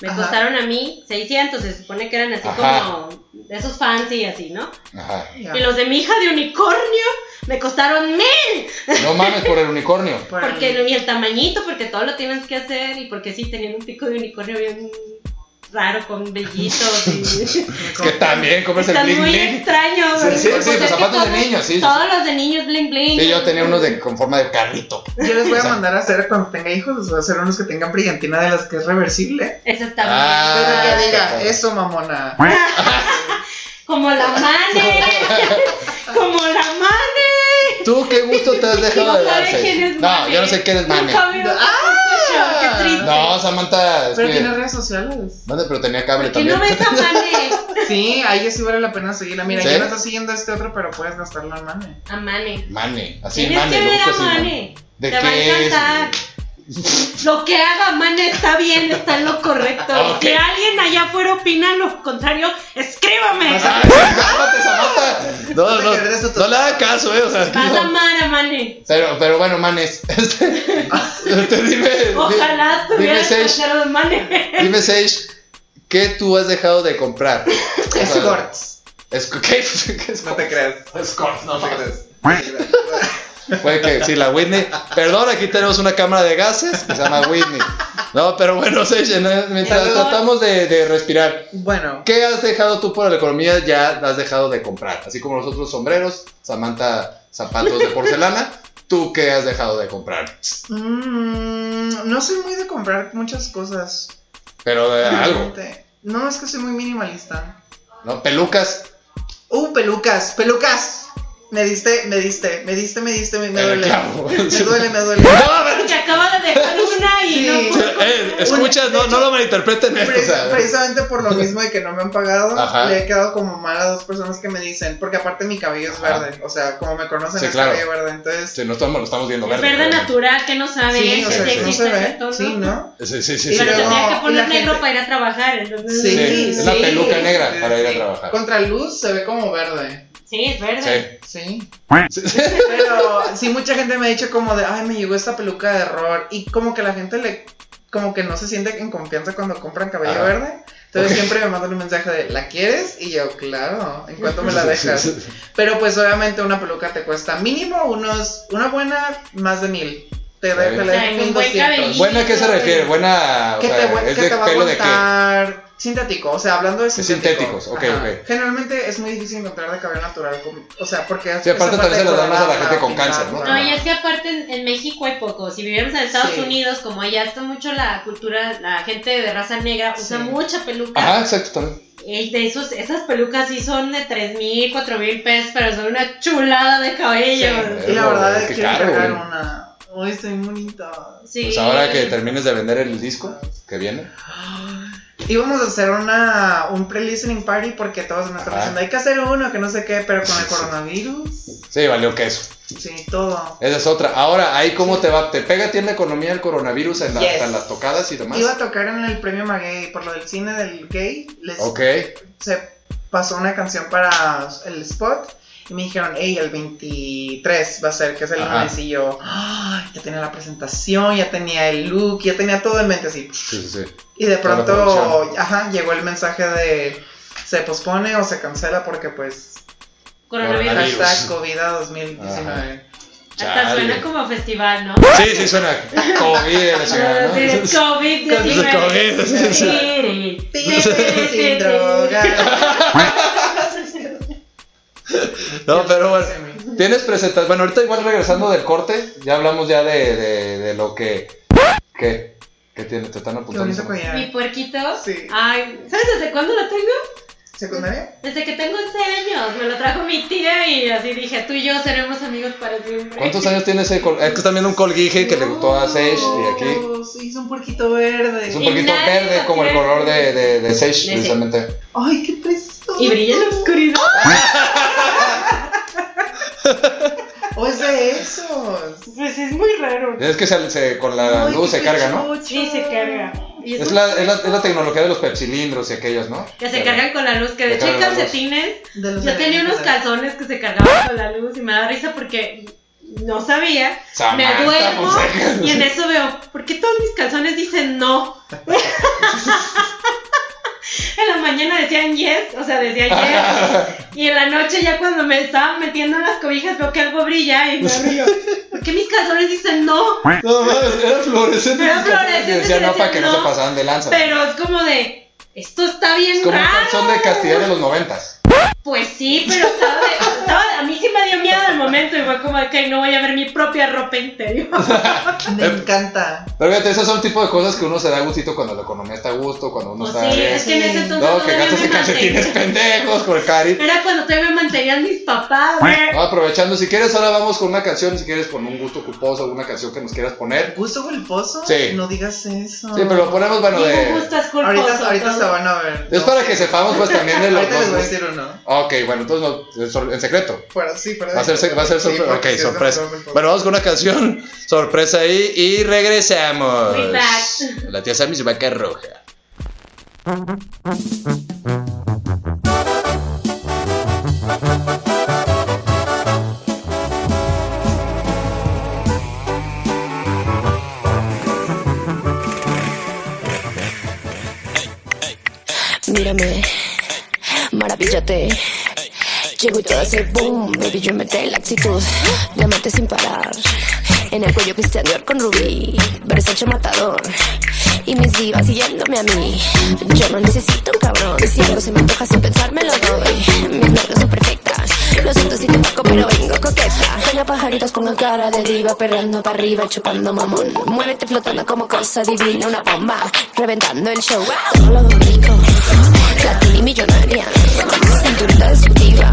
[SPEAKER 2] me
[SPEAKER 4] Ajá.
[SPEAKER 2] costaron a mí 600, se supone que eran así
[SPEAKER 3] Ajá.
[SPEAKER 2] como de esos fancy y así, ¿no?
[SPEAKER 3] Ajá.
[SPEAKER 4] Ya.
[SPEAKER 2] Y los de mi hija de unicornio me costaron mil,
[SPEAKER 3] No mames por el unicornio.
[SPEAKER 4] Por el-
[SPEAKER 2] porque y el tamañito, porque todo lo tienes que hacer y porque sí, tenían un pico de unicornio bien raro con vellitos
[SPEAKER 3] <laughs>
[SPEAKER 2] y...
[SPEAKER 3] Que también compras el
[SPEAKER 2] Están
[SPEAKER 3] bling
[SPEAKER 2] muy
[SPEAKER 3] bling.
[SPEAKER 2] extraños.
[SPEAKER 3] Sí, sí,
[SPEAKER 2] güey. O
[SPEAKER 3] sí,
[SPEAKER 2] sea,
[SPEAKER 3] los
[SPEAKER 2] que
[SPEAKER 3] zapatos de
[SPEAKER 2] todos-
[SPEAKER 3] niños, sí.
[SPEAKER 2] Todos los de niños bling bling.
[SPEAKER 3] Sí, yo tenía unos de, con forma de carrito.
[SPEAKER 4] Yo les voy a mandar a hacer cuando tenga hijos, les voy a hacer unos que tengan brillantina de las que es reversible.
[SPEAKER 2] Esa está bien.
[SPEAKER 3] Ah.
[SPEAKER 4] Pero que
[SPEAKER 3] claro.
[SPEAKER 4] diga, eso mamona.
[SPEAKER 2] Como la
[SPEAKER 3] <laughs>
[SPEAKER 2] mane. como la mane.
[SPEAKER 3] ¿Tú qué gusto te
[SPEAKER 2] <laughs>
[SPEAKER 3] has dejado
[SPEAKER 2] no
[SPEAKER 3] de
[SPEAKER 2] sabe
[SPEAKER 3] darse?
[SPEAKER 2] quién es
[SPEAKER 3] no,
[SPEAKER 2] Mane.
[SPEAKER 3] yo no sé quién es Mane.
[SPEAKER 2] Nunca
[SPEAKER 3] Ah.
[SPEAKER 2] veo su show, qué triste.
[SPEAKER 3] No, Samantha. es
[SPEAKER 4] Pero
[SPEAKER 3] que-
[SPEAKER 4] tiene redes sociales.
[SPEAKER 3] ¿Dónde? Pero tenía cable
[SPEAKER 2] ¿Por qué
[SPEAKER 3] también.
[SPEAKER 2] no ves a
[SPEAKER 3] <laughs>
[SPEAKER 2] Mane?
[SPEAKER 4] Sí, a ella sí vale la pena seguirla. Mira,
[SPEAKER 3] ¿Sí?
[SPEAKER 4] ya no está siguiendo a este otro, pero puedes gastarlo en mane.
[SPEAKER 2] A Mane.
[SPEAKER 3] Mane, así
[SPEAKER 2] Tienes
[SPEAKER 3] Mane,
[SPEAKER 2] que
[SPEAKER 3] lo
[SPEAKER 2] ver
[SPEAKER 3] busco
[SPEAKER 2] a
[SPEAKER 3] así, Mane.
[SPEAKER 2] Mane.
[SPEAKER 3] ¿De
[SPEAKER 2] Te va a
[SPEAKER 3] qué es?
[SPEAKER 2] encantar. Lo que haga Mane está bien, está en lo correcto.
[SPEAKER 3] Ah, Ok.
[SPEAKER 2] Si alguien allá afuera opina lo contrario, escríbame.
[SPEAKER 3] Ay, cálmate, Samantha. No,
[SPEAKER 4] No te
[SPEAKER 3] no,
[SPEAKER 4] quedes a tu-
[SPEAKER 3] no le hagas caso, eh. O sea,
[SPEAKER 2] Vas a
[SPEAKER 3] no.
[SPEAKER 2] amar a Mane.
[SPEAKER 3] pero, pero bueno, manes. <laughs> Este, este, dime.
[SPEAKER 2] Ojalá
[SPEAKER 3] di- Dime,
[SPEAKER 2] tuvieras el
[SPEAKER 3] Sage.
[SPEAKER 2] cero de <laughs> Mane.
[SPEAKER 3] Dime, Sage. ¿Qué tú has dejado de comprar?
[SPEAKER 4] <laughs> Escorts.
[SPEAKER 3] Es, <laughs> ¿Qué? ¿Qué es
[SPEAKER 4] No te creas.
[SPEAKER 3] Escorts, no
[SPEAKER 4] No te
[SPEAKER 3] mames.
[SPEAKER 4] creas.
[SPEAKER 3] Puede que sí, la Whitney. Perdón, aquí tenemos una cámara de gases que se llama Whitney. No, pero bueno, Sage, no, mientras
[SPEAKER 2] Perdón.
[SPEAKER 3] tratamos de, de respirar,
[SPEAKER 4] Bueno,
[SPEAKER 3] ¿qué has dejado tú por la economía? Ya has dejado de comprar. Así como los otros sombreros, Samantha, zapatos de porcelana. ¿Tú qué has dejado de comprar?
[SPEAKER 4] mm, no soy muy de comprar muchas cosas.
[SPEAKER 3] Pero de algo,
[SPEAKER 4] Realmente. No, es que soy muy minimalista.
[SPEAKER 3] ¿no?
[SPEAKER 4] <laughs>
[SPEAKER 3] Pelucas,
[SPEAKER 4] Uh, pelucas, pelucas. Me diste, me diste, me diste, me diste, me, me
[SPEAKER 3] el
[SPEAKER 4] duele.
[SPEAKER 3] clavo.
[SPEAKER 4] Me duele, me
[SPEAKER 3] <laughs>
[SPEAKER 4] duele.
[SPEAKER 3] No, a ver,
[SPEAKER 2] Porque acaba de dejar una y
[SPEAKER 4] Sí.
[SPEAKER 2] no pudo.
[SPEAKER 3] eh, escucha, no, no lo malinterpreten esto. o
[SPEAKER 4] Precis-
[SPEAKER 3] sea,
[SPEAKER 4] precisamente por lo mismo de que no me han pagado,
[SPEAKER 3] Ajá.
[SPEAKER 4] le he quedado como mal a dos personas que me dicen, porque aparte mi cabello es
[SPEAKER 3] Ajá.
[SPEAKER 4] verde, o sea, como me conocen
[SPEAKER 3] Sí,
[SPEAKER 4] es
[SPEAKER 3] claro.
[SPEAKER 4] cabello verde, entonces
[SPEAKER 3] sí, no estamos, lo estamos viendo
[SPEAKER 2] Es
[SPEAKER 3] verde.
[SPEAKER 2] verde
[SPEAKER 3] realmente.
[SPEAKER 2] natural que no sabe
[SPEAKER 4] sí, o
[SPEAKER 2] que
[SPEAKER 4] sea,
[SPEAKER 2] sí
[SPEAKER 3] sí,
[SPEAKER 4] no
[SPEAKER 2] existe
[SPEAKER 4] se
[SPEAKER 2] ese
[SPEAKER 4] ve,
[SPEAKER 2] tono.
[SPEAKER 4] sí, ¿no?
[SPEAKER 3] Sí, sí, sí. sí.
[SPEAKER 2] Pero
[SPEAKER 4] luego
[SPEAKER 2] tenía que
[SPEAKER 4] la
[SPEAKER 2] poner
[SPEAKER 4] gente-
[SPEAKER 2] negro para ir a trabajar. entonces-
[SPEAKER 4] Sí,
[SPEAKER 3] Sí, es la
[SPEAKER 4] sí.
[SPEAKER 3] peluca negra para ir a trabajar.
[SPEAKER 4] Contra luz se ve como verde,
[SPEAKER 2] Sí, es verde.
[SPEAKER 3] Sí.
[SPEAKER 4] sí.
[SPEAKER 3] Sí, sí.
[SPEAKER 4] Pero sí, mucha gente me ha dicho como de, ay, me llegó esta peluca de error, y como que la gente le, como que no se siente en confianza cuando compran cabello
[SPEAKER 3] Ajá.
[SPEAKER 4] verde. Entonces
[SPEAKER 3] Ok.
[SPEAKER 4] siempre me mandan un mensaje de, ¿la quieres? Y yo, claro, ¿en
[SPEAKER 3] <laughs>
[SPEAKER 4] cuánto me la dejas? Pero pues obviamente una peluca te cuesta mínimo unos, una buena, más de mil. Te da,
[SPEAKER 3] Sí.
[SPEAKER 4] te la
[SPEAKER 2] Traen
[SPEAKER 4] dejo
[SPEAKER 2] un
[SPEAKER 4] con
[SPEAKER 2] buen
[SPEAKER 4] 200.
[SPEAKER 2] cabellito.
[SPEAKER 3] ¿Buena a qué se refiere? ¿Buena o
[SPEAKER 4] ¿Qué te,
[SPEAKER 3] sea,
[SPEAKER 4] bu-
[SPEAKER 3] es
[SPEAKER 4] qué
[SPEAKER 3] de
[SPEAKER 4] te va a
[SPEAKER 3] pelo de qué?
[SPEAKER 4] aguantar? Sintético, o sea, hablando de sintéticos.
[SPEAKER 3] sintéticos, ok, ok.
[SPEAKER 4] Generalmente es muy difícil encontrar de cabello natural, con- o sea, porque...
[SPEAKER 3] Sí, aparte
[SPEAKER 4] esa
[SPEAKER 3] tal vez
[SPEAKER 4] parte
[SPEAKER 3] se lo dan más a la
[SPEAKER 4] colorada,
[SPEAKER 3] gente con
[SPEAKER 4] pintada,
[SPEAKER 3] cáncer, ¿no?
[SPEAKER 4] bla, bla,
[SPEAKER 2] No,
[SPEAKER 4] bla.
[SPEAKER 2] y es que aparte en, en México hay poco. Si vivimos en Estados
[SPEAKER 4] Sí.
[SPEAKER 2] Unidos, como allá está mucho la cultura, la gente de raza negra usa
[SPEAKER 4] Sí.
[SPEAKER 2] mucha peluca.
[SPEAKER 3] Ajá, exacto, también.
[SPEAKER 2] Y de esos, esas pelucas sí son de tres mil, cuatro mil pesos, pero son una chulada de cabello.
[SPEAKER 4] Y la
[SPEAKER 3] Pero,
[SPEAKER 4] verdad es
[SPEAKER 3] qué
[SPEAKER 4] que quiero
[SPEAKER 3] caro,
[SPEAKER 4] cargar
[SPEAKER 3] güey.
[SPEAKER 4] una. Uy, estoy muy bonita.
[SPEAKER 2] Sí.
[SPEAKER 3] Pues ahora que termines de vender el disco que viene.
[SPEAKER 4] Íbamos a hacer una, un pre-listening party porque todos me están
[SPEAKER 3] Ajá.
[SPEAKER 4] diciendo hay que hacer uno, que no sé qué, pero con el
[SPEAKER 3] Sí, sí.
[SPEAKER 4] coronavirus.
[SPEAKER 3] Sí, valió queso.
[SPEAKER 4] Sí, todo.
[SPEAKER 3] Esa es otra. Ahora, ahí cómo te va, te pega a ti en la economía el coronavirus en, la-
[SPEAKER 4] Yes.
[SPEAKER 3] en las tocadas y demás.
[SPEAKER 4] Iba a tocar en el premio Maguey por lo del cine del gay. Les
[SPEAKER 3] Ok.
[SPEAKER 4] se pasó una canción para el spot. Y me dijeron, hey, el 23 va a ser, que es el
[SPEAKER 3] Ajá.
[SPEAKER 4] lunes. Y yo, "Ay, ya tenía la presentación, ya tenía el look, ya tenía todo en mente así.
[SPEAKER 3] Sí, sí, sí.
[SPEAKER 4] Y de
[SPEAKER 3] Toda la
[SPEAKER 4] pronto,
[SPEAKER 3] producción.
[SPEAKER 4] ajá, llegó el mensaje de se pospone o se cancela porque pues
[SPEAKER 2] Coronavirus.
[SPEAKER 3] Coronavirus.
[SPEAKER 4] hashtag COVID 2019.
[SPEAKER 2] Hasta suena
[SPEAKER 3] Chale.
[SPEAKER 2] como festival, ¿no?
[SPEAKER 3] Sí, sí, suena COVID,
[SPEAKER 4] <laughs>
[SPEAKER 3] la chingada, ¿no?
[SPEAKER 2] Sí,
[SPEAKER 3] Sí,
[SPEAKER 2] COVID-19.
[SPEAKER 3] COVID, sí, sí.
[SPEAKER 2] Sí.
[SPEAKER 4] <laughs> Sin drogas.
[SPEAKER 3] <laughs> No, pero bueno.
[SPEAKER 4] Sí, mi-
[SPEAKER 3] Tienes presentas. Bueno, ahorita igual regresando del corte, ya hablamos ya de, de, de lo que. ¿Qué? ¿Qué tiene? ¿Te están
[SPEAKER 4] Qué
[SPEAKER 3] apuntando?
[SPEAKER 4] bonito collar.
[SPEAKER 2] Mi puerquito.
[SPEAKER 4] Sí.
[SPEAKER 2] Ay, ¿sabes desde cuándo lo tengo?
[SPEAKER 4] ¿Secundaria?
[SPEAKER 2] Desde que tengo 11 años. Me lo trajo mi tía y así dije, tú y yo seremos amigos para siempre.
[SPEAKER 3] ¿Cuántos años tiene ese col- Es que están viendo un colguije que le gustó a Sage y aquí.
[SPEAKER 4] No, Sí, es un puerquito verde.
[SPEAKER 3] Es un
[SPEAKER 2] Y
[SPEAKER 3] poquito
[SPEAKER 2] nadie
[SPEAKER 3] verde
[SPEAKER 2] lo
[SPEAKER 3] como el
[SPEAKER 2] quiere.
[SPEAKER 3] color de, de, de Sage,
[SPEAKER 2] Sage.
[SPEAKER 3] precisamente.
[SPEAKER 4] Ay, qué precioso.
[SPEAKER 2] Y brilla en la oscuridad.
[SPEAKER 4] O es de esos.
[SPEAKER 2] Pues es muy raro.
[SPEAKER 3] Es que se, se- con la
[SPEAKER 4] Ay,
[SPEAKER 3] luz
[SPEAKER 4] qué
[SPEAKER 3] Ah, se carga, ¿no?
[SPEAKER 4] pechocho.
[SPEAKER 2] Sí, se carga. Y es
[SPEAKER 3] Es
[SPEAKER 2] un-
[SPEAKER 3] la, es, la, es la tecnología de los pepsilindros y aquellos, ¿no?
[SPEAKER 2] Que se
[SPEAKER 3] Pero-
[SPEAKER 2] cargan con la luz, que de
[SPEAKER 3] Se
[SPEAKER 2] hecho hay
[SPEAKER 3] cargan la luz.
[SPEAKER 2] calcetines.
[SPEAKER 4] De los
[SPEAKER 2] Yo tenía unos
[SPEAKER 4] de-
[SPEAKER 2] calzones que se cargaban con la luz y me da risa porque no sabía.
[SPEAKER 3] Samantha
[SPEAKER 2] me
[SPEAKER 3] pues,
[SPEAKER 2] duermo
[SPEAKER 3] Fonseca.
[SPEAKER 2] y en eso veo, ¿por qué todos mis calzones dicen no? <laughs> en la mañana decían yes, o sea, decía yes. y en la noche ya cuando me estaban metiendo en las cobijas veo que algo brilla y me río. ¿Por qué mis calzones dicen no?
[SPEAKER 3] No, mames, era fluorescente.
[SPEAKER 2] Era
[SPEAKER 3] sus calzones,
[SPEAKER 2] fluorescente,
[SPEAKER 3] y Decía,
[SPEAKER 2] pero
[SPEAKER 3] no, para que no
[SPEAKER 2] decía,
[SPEAKER 3] se
[SPEAKER 2] no.
[SPEAKER 3] pasaran de lanza.
[SPEAKER 2] Pero es como de, esto está bien
[SPEAKER 3] es como un
[SPEAKER 2] raro.
[SPEAKER 3] calzón de castilla de los noventas.
[SPEAKER 2] Pues sí, pero estaba, de- estaba- a mí sí me dio miedo al momento y fue como de que no voy a ver mi propia ropa interior.
[SPEAKER 4] Me
[SPEAKER 3] Eh.
[SPEAKER 4] encanta.
[SPEAKER 3] Pero fíjate, esos son tipo de cosas que uno se da gustito cuando la economía está a gusto, cuando uno
[SPEAKER 2] Pues
[SPEAKER 3] está.
[SPEAKER 2] sí, es que en ese
[SPEAKER 4] sí.
[SPEAKER 2] entonces
[SPEAKER 3] no, que
[SPEAKER 2] todavía
[SPEAKER 3] gastas
[SPEAKER 2] me
[SPEAKER 3] en calcetines <laughs>
[SPEAKER 2] mantenía.
[SPEAKER 3] pendejos, por cari.
[SPEAKER 2] Era cuando todavía me mantenían mis papás, güey.
[SPEAKER 3] No, Ah, aprovechando, si quieres, ahora vamos con una canción, si quieres, con un gusto culposo, alguna canción que nos quieras poner.
[SPEAKER 4] ¿Gusto culposo?
[SPEAKER 3] Sí.
[SPEAKER 4] No digas eso.
[SPEAKER 3] Sí, pero lo ponemos, bueno,
[SPEAKER 2] Digo,
[SPEAKER 3] de.
[SPEAKER 2] justo es culposo.
[SPEAKER 4] Ahorita, ahorita se
[SPEAKER 2] todo.
[SPEAKER 4] van a ver.
[SPEAKER 3] Es
[SPEAKER 4] No,
[SPEAKER 3] para
[SPEAKER 4] sí.
[SPEAKER 3] que sepamos, pues también de los.
[SPEAKER 4] Ahorita les voy a
[SPEAKER 3] los-
[SPEAKER 4] decir uno.
[SPEAKER 3] Ok, bueno, entonces no, es sor- en secreto.
[SPEAKER 4] Fuera, sí, fuera.
[SPEAKER 3] Va a ser, va a ser
[SPEAKER 4] Sí,
[SPEAKER 3] sorpresa.
[SPEAKER 4] porque
[SPEAKER 3] ok,
[SPEAKER 4] sí es
[SPEAKER 3] sorpresa.
[SPEAKER 4] demasiado culposo.
[SPEAKER 3] Bueno, vamos con una canción <laughs> sorpresa ahí y regresamos.
[SPEAKER 2] We back.
[SPEAKER 3] La tía Sammy se va a caer roja.
[SPEAKER 8] Mírame, maravíllate. Llego y todo hace boom, baby, yo inventé la actitud. Diamante sin parar, en el cuello Cristian Dior con rubí. Versace matador, y mis divas siguiéndome a mí. Yo no necesito un cabrón, si algo se me antoja sin pensar me lo doy. Mis nalgas son perfectas, lo siento si te toco, pero vengo coqueta. Venga pajaritos con cara de diva, perreando para arriba, chupando mamón. Muévete flotando como cosa divina, una bomba, reventando el show. Ah. Todo lo rico, latina y millonaria, cinturita destructiva.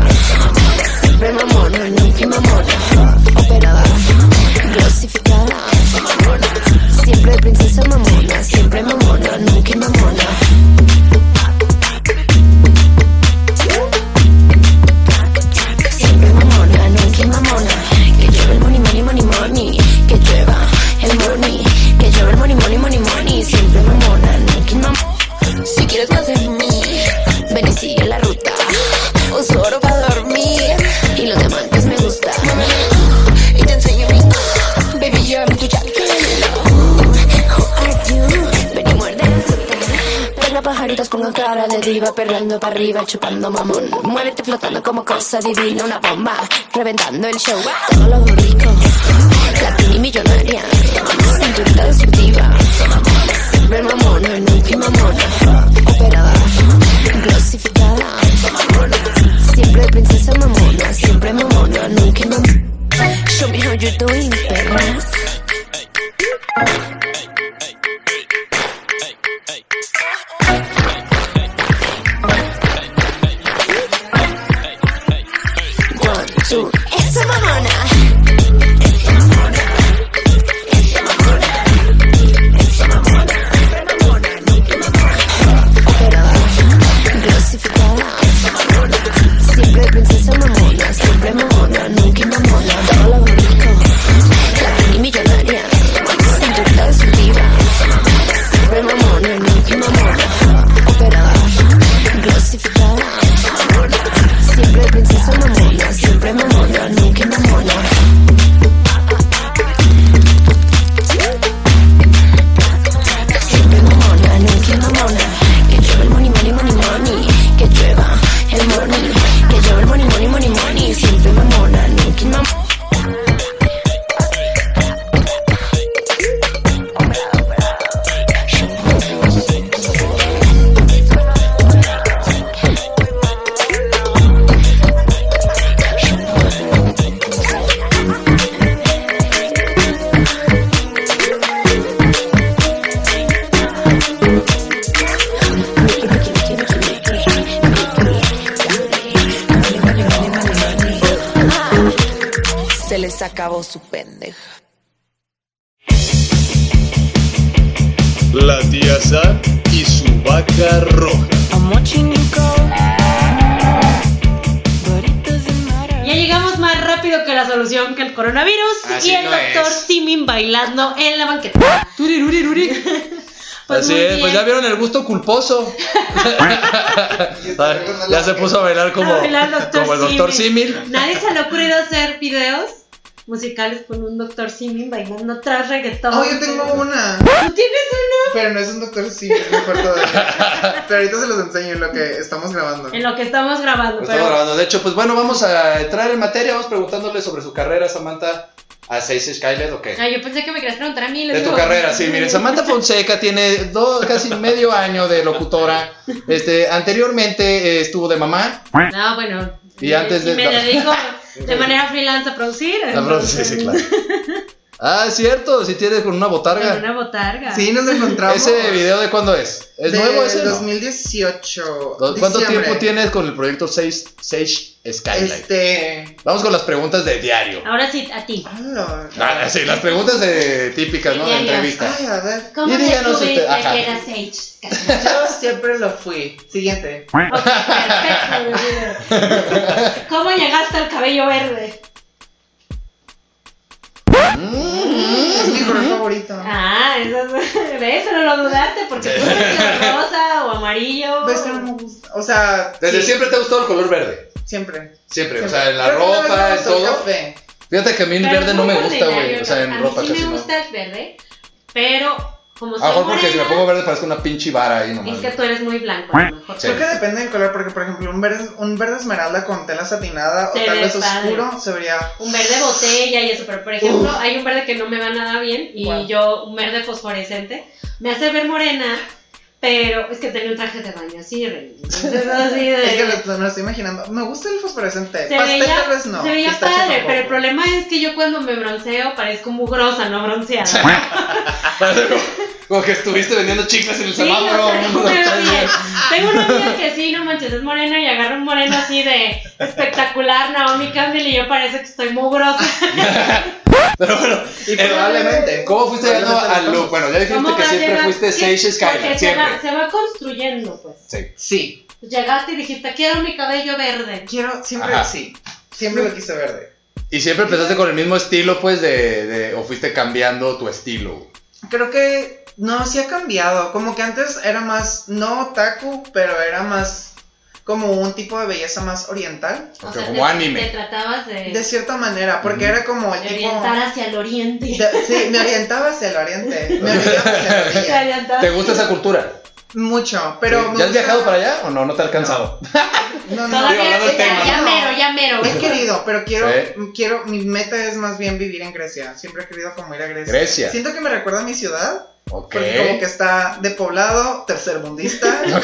[SPEAKER 8] Siempre mamona, nunca mamona, operada, glosificada. Siempre de princesa mamona, siempre mamona, nunca mamona. Siempre mamona, nunca mamona. Que llueva el money, money, money, money. Que llueva el money. Que llueva el money, money, money, money. Siempre mamona, nunca mamona. Si quieres Pajaritos pongan cara de diva, perreando para arriba, chupando mamón. Muévete flotando como cosa divina, una bomba, reventando el show. ah. Todo lo rico, latina y millonaria, cinturita destructiva. Siempre mamona, nunca mamona, operada, glosificada. Siempre princesa mamona, siempre mamona, nunca mamona. Show me how you doing, perra. One, two, esa mamona. Operada, glosificada. Siempre princesa mamona, siempre mamona, nunca mamona. Todo lo rico, latina y millonaria. Cinturita destructiva. Siempre mamona, nunca mamona. Operada, glosificada. Siempre princesa mamona, siempre mamona, nunca mamona. Siempre mamona, nunca mamona. Que llueva el money, money, money, money. Que llueva el money. Que llueva el money, money, money, money. Siempre mamona, nunca mamona.
[SPEAKER 5] Se les acabó su pendeja.
[SPEAKER 1] La tía Sam y su vaca roja.
[SPEAKER 6] I'm watching you go. But it doesn't matter.
[SPEAKER 2] Ya llegamos más rápido que la solución que el coronavirus
[SPEAKER 3] Así
[SPEAKER 2] y el
[SPEAKER 3] no
[SPEAKER 2] doctor
[SPEAKER 3] es.
[SPEAKER 2] Simin bailando en la
[SPEAKER 3] <laughs>
[SPEAKER 2] banqueta. <laughs> Pues
[SPEAKER 3] Así
[SPEAKER 2] muy
[SPEAKER 3] es, pues
[SPEAKER 2] bien.
[SPEAKER 3] ya vieron el gusto
[SPEAKER 2] <laughs>
[SPEAKER 3] culposo. <laughs> ya se puso a bailar como,
[SPEAKER 2] A bailar Dr.
[SPEAKER 3] como el doctor
[SPEAKER 2] Simin.
[SPEAKER 3] Simil.
[SPEAKER 2] Nadie se le ha ocurrido hacer videos musicales con un doctor Simin bailando tras reggaetón.
[SPEAKER 4] Oh, yo tengo una.
[SPEAKER 2] ¿Tú tienes uno?
[SPEAKER 4] Pero no es un doctor sí, es
[SPEAKER 3] <laughs>
[SPEAKER 4] mejor todavía. Pero ahorita se los enseño en lo que estamos grabando.
[SPEAKER 2] En lo que estamos grabando,
[SPEAKER 3] Lo
[SPEAKER 2] pero.
[SPEAKER 3] estamos grabando. De hecho, pues bueno, vamos a entrar en materia. Vamos preguntándole sobre su carrera, Samantha, a Seis Skylet o qué.
[SPEAKER 2] Ay, Ah, yo pensé que me querías preguntar a mí. les
[SPEAKER 3] De tu
[SPEAKER 2] digo-
[SPEAKER 3] carrera, sí, miren, Samantha Fonseca tiene do- casi medio año de locutora. Este, anteriormente eh, estuvo de mamá.
[SPEAKER 2] No, bueno.
[SPEAKER 3] Y antes de-
[SPEAKER 2] me
[SPEAKER 3] no. <laughs>
[SPEAKER 2] dedico de manera freelance a producir.
[SPEAKER 3] La verdad, sí, sí, claro. Ah, es cierto, si tiene con una
[SPEAKER 2] Con
[SPEAKER 3] botarga.
[SPEAKER 2] una botarga.
[SPEAKER 4] Sí, nos encontramos.
[SPEAKER 3] ¿Ese video de cuándo es? ¿Es
[SPEAKER 4] de
[SPEAKER 3] nuevo ese? no?
[SPEAKER 4] 2018.
[SPEAKER 3] Do- ¿Cuánto
[SPEAKER 4] diciembre.
[SPEAKER 3] tiempo tienes con el proyecto Sage, Sage Skylight?
[SPEAKER 4] Este.
[SPEAKER 3] Vamos con las preguntas de diario.
[SPEAKER 2] Ahora sí, a ti.
[SPEAKER 4] hola.
[SPEAKER 3] Ah, sí, las preguntas de- típicas, ¿no? De
[SPEAKER 2] Diario.
[SPEAKER 3] entrevista.
[SPEAKER 4] Ay, a ver.
[SPEAKER 2] ¿Cómo
[SPEAKER 3] Y díganos
[SPEAKER 2] descubriste
[SPEAKER 3] usted- ajá.
[SPEAKER 2] que era Sage?
[SPEAKER 4] Yo siempre lo fui. Siguiente.
[SPEAKER 2] Ok, perfecto. ¿Cómo llegaste al cabello verde?
[SPEAKER 4] Es mi color favorito.
[SPEAKER 2] Ah, eso es. <laughs> ¿Ves? Pero lo dudaste porque tú eres
[SPEAKER 3] <laughs>
[SPEAKER 2] rosa o amarillo.
[SPEAKER 4] Ves que no me gusta. O sea.
[SPEAKER 3] Desde
[SPEAKER 4] sí,
[SPEAKER 3] siempre te ha gustado el color verde.
[SPEAKER 4] Siempre.
[SPEAKER 3] Siempre,
[SPEAKER 4] siempre.
[SPEAKER 3] o sea, en la
[SPEAKER 4] Creo que una vez
[SPEAKER 3] ropa,
[SPEAKER 4] me
[SPEAKER 3] en
[SPEAKER 4] gustó el
[SPEAKER 3] todo.
[SPEAKER 4] café.
[SPEAKER 3] Fíjate que a mí el
[SPEAKER 2] Pero
[SPEAKER 3] verde
[SPEAKER 2] es
[SPEAKER 3] no
[SPEAKER 2] muy
[SPEAKER 3] me gusta,
[SPEAKER 2] ordinario,
[SPEAKER 3] güey. O sea,
[SPEAKER 2] a
[SPEAKER 3] en
[SPEAKER 2] mí
[SPEAKER 3] ropa
[SPEAKER 2] sí
[SPEAKER 3] casi
[SPEAKER 2] me
[SPEAKER 3] no.
[SPEAKER 2] gusta el verde, pero como
[SPEAKER 3] A
[SPEAKER 2] soy
[SPEAKER 3] lo mejor porque si me
[SPEAKER 2] morena,
[SPEAKER 3] pongo verde parezco una pinche vara ahí nomás.
[SPEAKER 2] es que tú eres muy blanco, a lo mejor.
[SPEAKER 3] Sí.
[SPEAKER 4] Creo que depende del color, porque por ejemplo, un verde, un verde esmeralda con tela satinada
[SPEAKER 2] Se
[SPEAKER 4] o tal
[SPEAKER 2] ve
[SPEAKER 4] vez
[SPEAKER 2] padre.
[SPEAKER 4] oscuro se vería.
[SPEAKER 2] Un verde botella y eso, pero por ejemplo, hay un verde que no me va nada bien y
[SPEAKER 4] ¿Cuál?
[SPEAKER 2] yo, un verde fosforescente, me hace ver morena, pero es que tenía un traje de baño así, rey. Entonces, así de.
[SPEAKER 4] <laughs> Es que lo, me lo estoy imaginando. Me gusta el fosforescente.
[SPEAKER 2] Se
[SPEAKER 4] Pastel
[SPEAKER 2] veía,
[SPEAKER 4] tal vez no.
[SPEAKER 2] se veía
[SPEAKER 4] pistache
[SPEAKER 2] padre,
[SPEAKER 4] tampoco.
[SPEAKER 2] pero el problema es que yo cuando me bronceo parezco mugrosa, no bronceada.
[SPEAKER 3] Como que estuviste vendiendo chicles en el
[SPEAKER 2] Sí,
[SPEAKER 3] semáforo.
[SPEAKER 2] o <laughs> sea, no me veo bien. Tengo una amiga que sí, no manches, es morena y agarra un moreno así de espectacular, Naomi Campbell, y yo parece que estoy mugrosa.
[SPEAKER 3] Pero bueno,
[SPEAKER 4] Y
[SPEAKER 3] eh,
[SPEAKER 4] probablemente.
[SPEAKER 3] ¿Cómo fuiste llegando
[SPEAKER 4] Probablemente
[SPEAKER 3] al
[SPEAKER 4] lo
[SPEAKER 3] look? Bueno, ya dijiste
[SPEAKER 2] ¿Cómo
[SPEAKER 3] que
[SPEAKER 2] vas
[SPEAKER 3] siempre
[SPEAKER 2] llegando?
[SPEAKER 3] fuiste
[SPEAKER 2] Sí,
[SPEAKER 3] Sage
[SPEAKER 2] porque
[SPEAKER 3] Skyline,
[SPEAKER 2] se va,
[SPEAKER 3] siempre.
[SPEAKER 2] se va construyendo, pues.
[SPEAKER 3] Sí.
[SPEAKER 4] Sí.
[SPEAKER 2] Llegaste y dijiste, quiero mi cabello verde.
[SPEAKER 4] Quiero, siempre
[SPEAKER 3] Ajá.
[SPEAKER 4] sí. Siempre lo quise verde.
[SPEAKER 3] Y siempre empezaste con el mismo estilo, pues, de, de- o fuiste cambiando tu estilo.
[SPEAKER 4] Creo que no, sí ha cambiado. Como que antes era más, no otaku, pero era más como un tipo de belleza más oriental.
[SPEAKER 3] O sea, como
[SPEAKER 2] te-
[SPEAKER 3] anime.
[SPEAKER 2] Te tratabas de,
[SPEAKER 4] De cierta manera, porque
[SPEAKER 3] Ujú.
[SPEAKER 4] era como el
[SPEAKER 2] de
[SPEAKER 4] tipo.
[SPEAKER 2] orientar hacia el oriente.
[SPEAKER 3] <laughs>
[SPEAKER 4] de- sí, me orientaba hacia el oriente. Me orientaba hacia
[SPEAKER 2] <laughs>
[SPEAKER 4] la
[SPEAKER 2] Te
[SPEAKER 4] orilla.
[SPEAKER 2] orientabas.
[SPEAKER 3] ¿Te gusta esa cultura?
[SPEAKER 4] Mucho, pero. me
[SPEAKER 3] ¿Ya has
[SPEAKER 4] gusta-
[SPEAKER 3] viajado para allá o no? No te ha alcanzado.
[SPEAKER 4] No, no,
[SPEAKER 3] Digo,
[SPEAKER 2] Todavía,
[SPEAKER 3] hablando del
[SPEAKER 2] ya,
[SPEAKER 3] tema,
[SPEAKER 2] ya
[SPEAKER 4] ¿no?
[SPEAKER 2] mero, ya mero.
[SPEAKER 4] He querido, pero quiero,
[SPEAKER 3] Sí.
[SPEAKER 4] quiero, mi meta es más bien vivir en Grecia. Siempre he querido como ir a Grecia.
[SPEAKER 3] Grecia.
[SPEAKER 4] Siento que me recuerda a mi ciudad,
[SPEAKER 3] Ok.
[SPEAKER 4] porque como que está depoblado, tercermundista,
[SPEAKER 3] <laughs> Ok.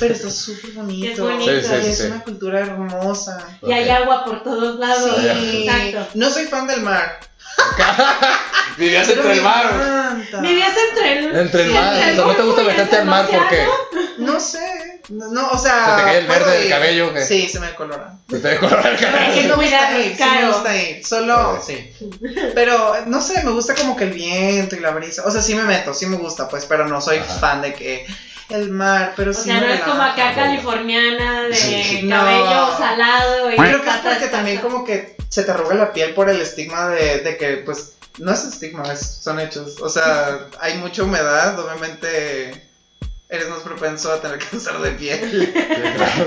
[SPEAKER 4] pero está súper bonito.
[SPEAKER 2] Es bonito. Sí, sí,
[SPEAKER 4] y
[SPEAKER 3] sí,
[SPEAKER 4] es
[SPEAKER 3] sí.
[SPEAKER 4] una cultura hermosa.
[SPEAKER 2] Y hay
[SPEAKER 3] Ok.
[SPEAKER 2] agua por todos lados.
[SPEAKER 4] Sí.
[SPEAKER 2] Ah, Exacto.
[SPEAKER 4] No soy fan del mar.
[SPEAKER 3] Vivías
[SPEAKER 4] pero
[SPEAKER 3] entre
[SPEAKER 4] me
[SPEAKER 3] el mar.
[SPEAKER 4] encanta.
[SPEAKER 2] Vivías entre el.
[SPEAKER 3] Entre el mar. O sea, no te gusta meterte al mar porque
[SPEAKER 4] No sé. No, no, o sea.
[SPEAKER 3] ¿Se te cae el
[SPEAKER 4] puedo
[SPEAKER 3] verde del
[SPEAKER 4] ir.
[SPEAKER 3] cabello, qué?
[SPEAKER 4] Ah, Sí, se me colora.
[SPEAKER 3] se te decolora el
[SPEAKER 4] Pero
[SPEAKER 3] cabello.
[SPEAKER 4] <laughs> sí me gusta
[SPEAKER 2] Cuidado,
[SPEAKER 4] ir, sí me
[SPEAKER 2] caro.
[SPEAKER 4] gusta ir. Solo, sí. Pero, no sé, me gusta como que el viento y la brisa. O sea, sí me meto, sí me gusta, pues, pero no soy
[SPEAKER 3] Ajá.
[SPEAKER 4] fan de que el mar, pero
[SPEAKER 2] O
[SPEAKER 4] sí
[SPEAKER 2] sea,
[SPEAKER 4] me
[SPEAKER 2] no es
[SPEAKER 4] relaja.
[SPEAKER 2] como acá californiana de
[SPEAKER 3] Sí.
[SPEAKER 2] cabello
[SPEAKER 4] No.
[SPEAKER 2] salado. Y
[SPEAKER 4] Creo que es
[SPEAKER 2] patas-
[SPEAKER 4] porque también como que se te arruga la piel por el estigma de, de que, pues, no es estigma, es- son hechos. O
[SPEAKER 2] <laughs>
[SPEAKER 4] sea, hay mucha humedad, obviamente eres más propenso a tener cáncer
[SPEAKER 2] <laughs>
[SPEAKER 4] de piel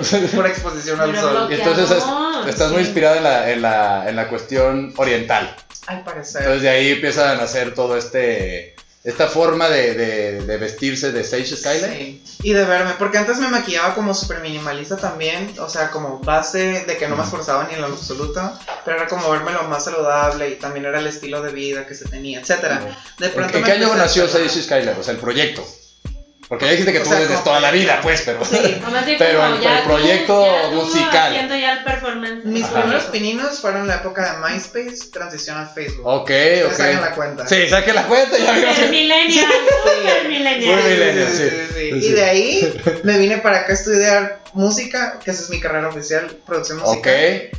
[SPEAKER 3] Sí, claro.
[SPEAKER 4] por exposición al
[SPEAKER 2] Pero
[SPEAKER 4] sol.
[SPEAKER 2] no-
[SPEAKER 3] <laughs> Entonces es-
[SPEAKER 2] Bloqueador,
[SPEAKER 3] estás muy
[SPEAKER 2] sí.
[SPEAKER 3] inspirada en la, en, la, en la cuestión oriental.
[SPEAKER 4] Al parecer.
[SPEAKER 3] Entonces de ahí empiezan a hacer todo este esta forma de, de, de vestirse de Sage Skyline.
[SPEAKER 4] Sí, y de verme, porque antes me maquillaba como súper minimalista también, o sea, como base de que no me esforzaba ni en lo absoluto, pero era como verme lo más saludable y también era el estilo de vida que se tenía, etcétera. De
[SPEAKER 3] ¿En,
[SPEAKER 4] pronto
[SPEAKER 3] en
[SPEAKER 4] me
[SPEAKER 3] qué año
[SPEAKER 4] empecé a
[SPEAKER 3] nació
[SPEAKER 4] enfermar.
[SPEAKER 3] Sage Skyline? O sea, el proyecto. Porque ya dijiste que
[SPEAKER 4] O
[SPEAKER 3] tú
[SPEAKER 4] sea,
[SPEAKER 3] desde
[SPEAKER 4] como
[SPEAKER 3] toda la
[SPEAKER 4] proyecto.
[SPEAKER 3] vida, pues, pero.
[SPEAKER 4] Sí.
[SPEAKER 2] Nomás de
[SPEAKER 3] Pero
[SPEAKER 2] como
[SPEAKER 3] en
[SPEAKER 2] ya
[SPEAKER 3] el
[SPEAKER 2] tú-
[SPEAKER 3] proyecto
[SPEAKER 2] ya tú
[SPEAKER 3] musical.
[SPEAKER 2] Haciendo ya el performance.
[SPEAKER 4] Mis
[SPEAKER 3] Ajá.
[SPEAKER 4] primeros pininos fueron la época de MySpace, transición a Facebook.
[SPEAKER 3] <laughs> Ok,
[SPEAKER 4] Ustedes
[SPEAKER 3] ok.
[SPEAKER 4] saquen la cuenta.
[SPEAKER 3] Sí, saquen la cuenta y ya vimos
[SPEAKER 2] Super
[SPEAKER 3] que-
[SPEAKER 2] millennial, super
[SPEAKER 3] Muy
[SPEAKER 2] millennial.
[SPEAKER 3] millennial, sí, sí.
[SPEAKER 4] Y de ahí me vine para acá a estudiar música, que esa es mi carrera oficial, producción
[SPEAKER 3] Ok.
[SPEAKER 4] musical.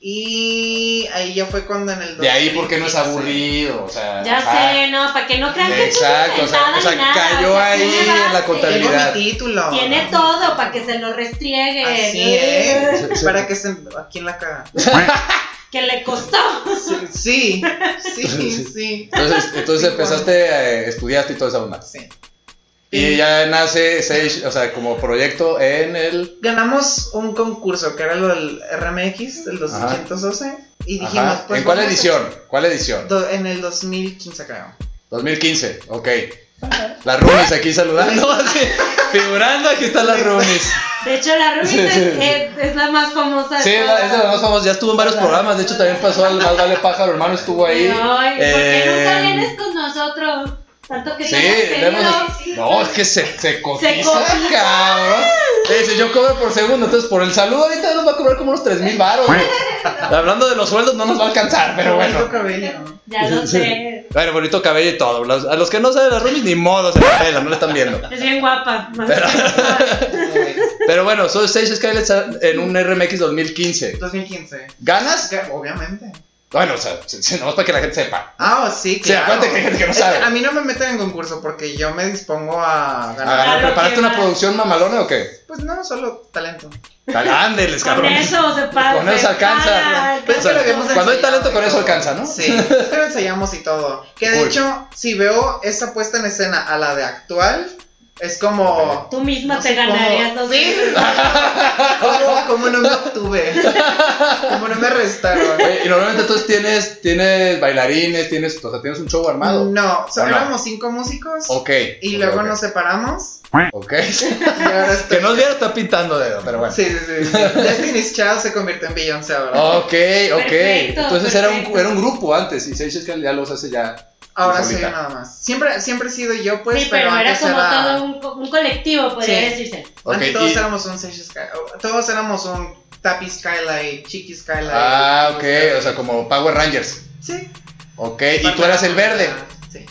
[SPEAKER 4] Y ahí ya fue cuando en el...
[SPEAKER 3] De ahí porque no es
[SPEAKER 4] 2015,
[SPEAKER 3] aburrido, o sea.
[SPEAKER 2] Ya
[SPEAKER 3] ajá.
[SPEAKER 2] sé, no, para que no crean que es
[SPEAKER 3] Exacto, o sea,
[SPEAKER 2] inventada
[SPEAKER 3] o sea,
[SPEAKER 2] ni nada,
[SPEAKER 3] cayó
[SPEAKER 2] o sea,
[SPEAKER 3] ahí
[SPEAKER 2] tiene
[SPEAKER 3] en la
[SPEAKER 2] base,
[SPEAKER 3] contabilidad.
[SPEAKER 4] Tengo mi
[SPEAKER 3] Habilidad.
[SPEAKER 4] título.
[SPEAKER 2] Tiene todo para que se lo restrieguen.
[SPEAKER 4] Así es. Para que se. ¿A quién la caga?
[SPEAKER 2] Que le costó.
[SPEAKER 4] Sí, sí, sí.
[SPEAKER 3] Entonces,
[SPEAKER 2] <laughs>
[SPEAKER 3] entonces
[SPEAKER 4] Sí, bueno.
[SPEAKER 3] empezaste, eh, estudiaste y toda esa onda.
[SPEAKER 4] Sí.
[SPEAKER 3] Y ya nace Sage, o sea, como proyecto en el.
[SPEAKER 4] Ganamos un concurso que era lo del RMX, el 212. Y dijimos,
[SPEAKER 3] Ajá.
[SPEAKER 4] pues.
[SPEAKER 3] ¿En cuál
[SPEAKER 4] vamos a-
[SPEAKER 3] edición? ¿Cuál edición?
[SPEAKER 4] do- en el 2015, creo.
[SPEAKER 3] 2015, ok. Las roomies aquí
[SPEAKER 4] <laughs>
[SPEAKER 3] saludando, así, figurando, aquí están las roomies.
[SPEAKER 2] De hecho, la Rubí
[SPEAKER 3] Sí,
[SPEAKER 2] es,
[SPEAKER 3] sí.
[SPEAKER 2] es- es la más famosa. de
[SPEAKER 3] Sí, es
[SPEAKER 2] todas.
[SPEAKER 3] la- es de las más famosas, ya estuvo en varios programas, de hecho también pasó al Más Vale Pájaro, hermano, estuvo ahí.
[SPEAKER 2] Ay, ¿por qué
[SPEAKER 3] Eh,
[SPEAKER 2] nunca vienes con nosotros? Tanto que
[SPEAKER 3] Sí,
[SPEAKER 2] te
[SPEAKER 3] le
[SPEAKER 2] hemos
[SPEAKER 3] hemos-
[SPEAKER 2] pedido.
[SPEAKER 3] No, es que se, se cotiza,
[SPEAKER 2] cotiza.
[SPEAKER 3] cabrón. Le Dice, yo cobro por segundo, entonces por el saludo ahorita nos va a cobrar como unos 3 mil baros. <laughs> Hablando de los sueldos no nos va a alcanzar, pero bueno. <laughs>
[SPEAKER 4] Bonito cabello.
[SPEAKER 2] Ya lo sé.
[SPEAKER 3] Bueno, bonito cabello y todo. Los- a los que no saben las roomies, ni modo, se la pelan, no le están viendo.
[SPEAKER 2] Es bien guapa. más
[SPEAKER 3] <laughs>
[SPEAKER 2] que-
[SPEAKER 3] Pero bueno, soy Sage Skylet en un RMX 2015.
[SPEAKER 4] 2015.
[SPEAKER 3] ¿Ganas?
[SPEAKER 4] Que- Obviamente.
[SPEAKER 3] Bueno, o sea, se- se- nomás para que la gente sepa.
[SPEAKER 4] Ah, sí,
[SPEAKER 3] Sí,
[SPEAKER 4] claro.
[SPEAKER 3] acuérdate que hay gente que no
[SPEAKER 4] Es que
[SPEAKER 3] sabe.
[SPEAKER 4] a mí no me meten en concurso porque yo me dispongo a
[SPEAKER 3] Ah,
[SPEAKER 4] ganar.
[SPEAKER 2] Claro que
[SPEAKER 3] ¿Preparaste una
[SPEAKER 2] va.
[SPEAKER 3] producción mamalona o qué?
[SPEAKER 4] Pues no, solo talento.
[SPEAKER 3] Ándeles,
[SPEAKER 2] Con
[SPEAKER 3] cabrón.
[SPEAKER 2] eso se paga.
[SPEAKER 3] Con eso
[SPEAKER 2] se
[SPEAKER 3] alcanza.
[SPEAKER 2] paga,
[SPEAKER 4] Pero es que
[SPEAKER 3] O sea,
[SPEAKER 4] lo habíamos
[SPEAKER 3] cuando hay
[SPEAKER 4] ensayado
[SPEAKER 3] talento,
[SPEAKER 4] y
[SPEAKER 3] con eso
[SPEAKER 4] todo.
[SPEAKER 3] alcanza, ¿no?
[SPEAKER 4] Sí, es que lo ensayamos y todo. Que de
[SPEAKER 3] Cool.
[SPEAKER 4] hecho, si veo esa puesta en escena a la de actual, es como.
[SPEAKER 2] Tú misma
[SPEAKER 4] No
[SPEAKER 2] te
[SPEAKER 4] sé cómo-
[SPEAKER 2] ganarías dos
[SPEAKER 4] Sí.
[SPEAKER 2] veces.
[SPEAKER 3] <laughs>
[SPEAKER 4] ¿Cómo, cómo no me obtuve? ¿Cómo no me arrestaron?
[SPEAKER 3] Oye, y normalmente entonces tienes, tienes bailarines, tienes, o sea, tienes un show armado.
[SPEAKER 4] No,
[SPEAKER 3] ¿O
[SPEAKER 4] solo
[SPEAKER 3] no?
[SPEAKER 4] éramos cinco músicos
[SPEAKER 3] Ok.
[SPEAKER 4] y
[SPEAKER 3] ok,
[SPEAKER 4] luego
[SPEAKER 3] ok,
[SPEAKER 4] nos separamos.
[SPEAKER 3] Ok.
[SPEAKER 4] <laughs> Y ahora estoy...
[SPEAKER 3] que nos viera está pintando dedo, pero bueno. Oh,
[SPEAKER 4] Sí, sí,
[SPEAKER 3] <laughs>
[SPEAKER 4] sí. sí. Destiny's Child se convirtió en Beyoncé ahora.
[SPEAKER 3] Ok, ok.
[SPEAKER 2] Perfecto,
[SPEAKER 3] entonces era un,
[SPEAKER 2] perfecto.
[SPEAKER 3] era un grupo antes y Seychelles ya los hace ya.
[SPEAKER 4] ahora soy
[SPEAKER 3] solita.
[SPEAKER 4] yo nada más. Siempre, siempre he sido yo, pues,
[SPEAKER 2] sí, pero, era
[SPEAKER 4] antes
[SPEAKER 2] como
[SPEAKER 4] era-
[SPEAKER 2] todo un, co- un colectivo, podría
[SPEAKER 4] Sí.
[SPEAKER 2] decirse.
[SPEAKER 3] Ok,
[SPEAKER 4] Antes todos
[SPEAKER 3] y-
[SPEAKER 4] éramos un Sage Sky, o- todos éramos un Tapi Skylight, Chiqui Skylight.
[SPEAKER 3] Ah,
[SPEAKER 4] Chiqui
[SPEAKER 3] ok,
[SPEAKER 4] Skylight.
[SPEAKER 3] o sea, como Power Rangers.
[SPEAKER 4] Sí.
[SPEAKER 3] Ok, y tú eras el verde.
[SPEAKER 4] Sí.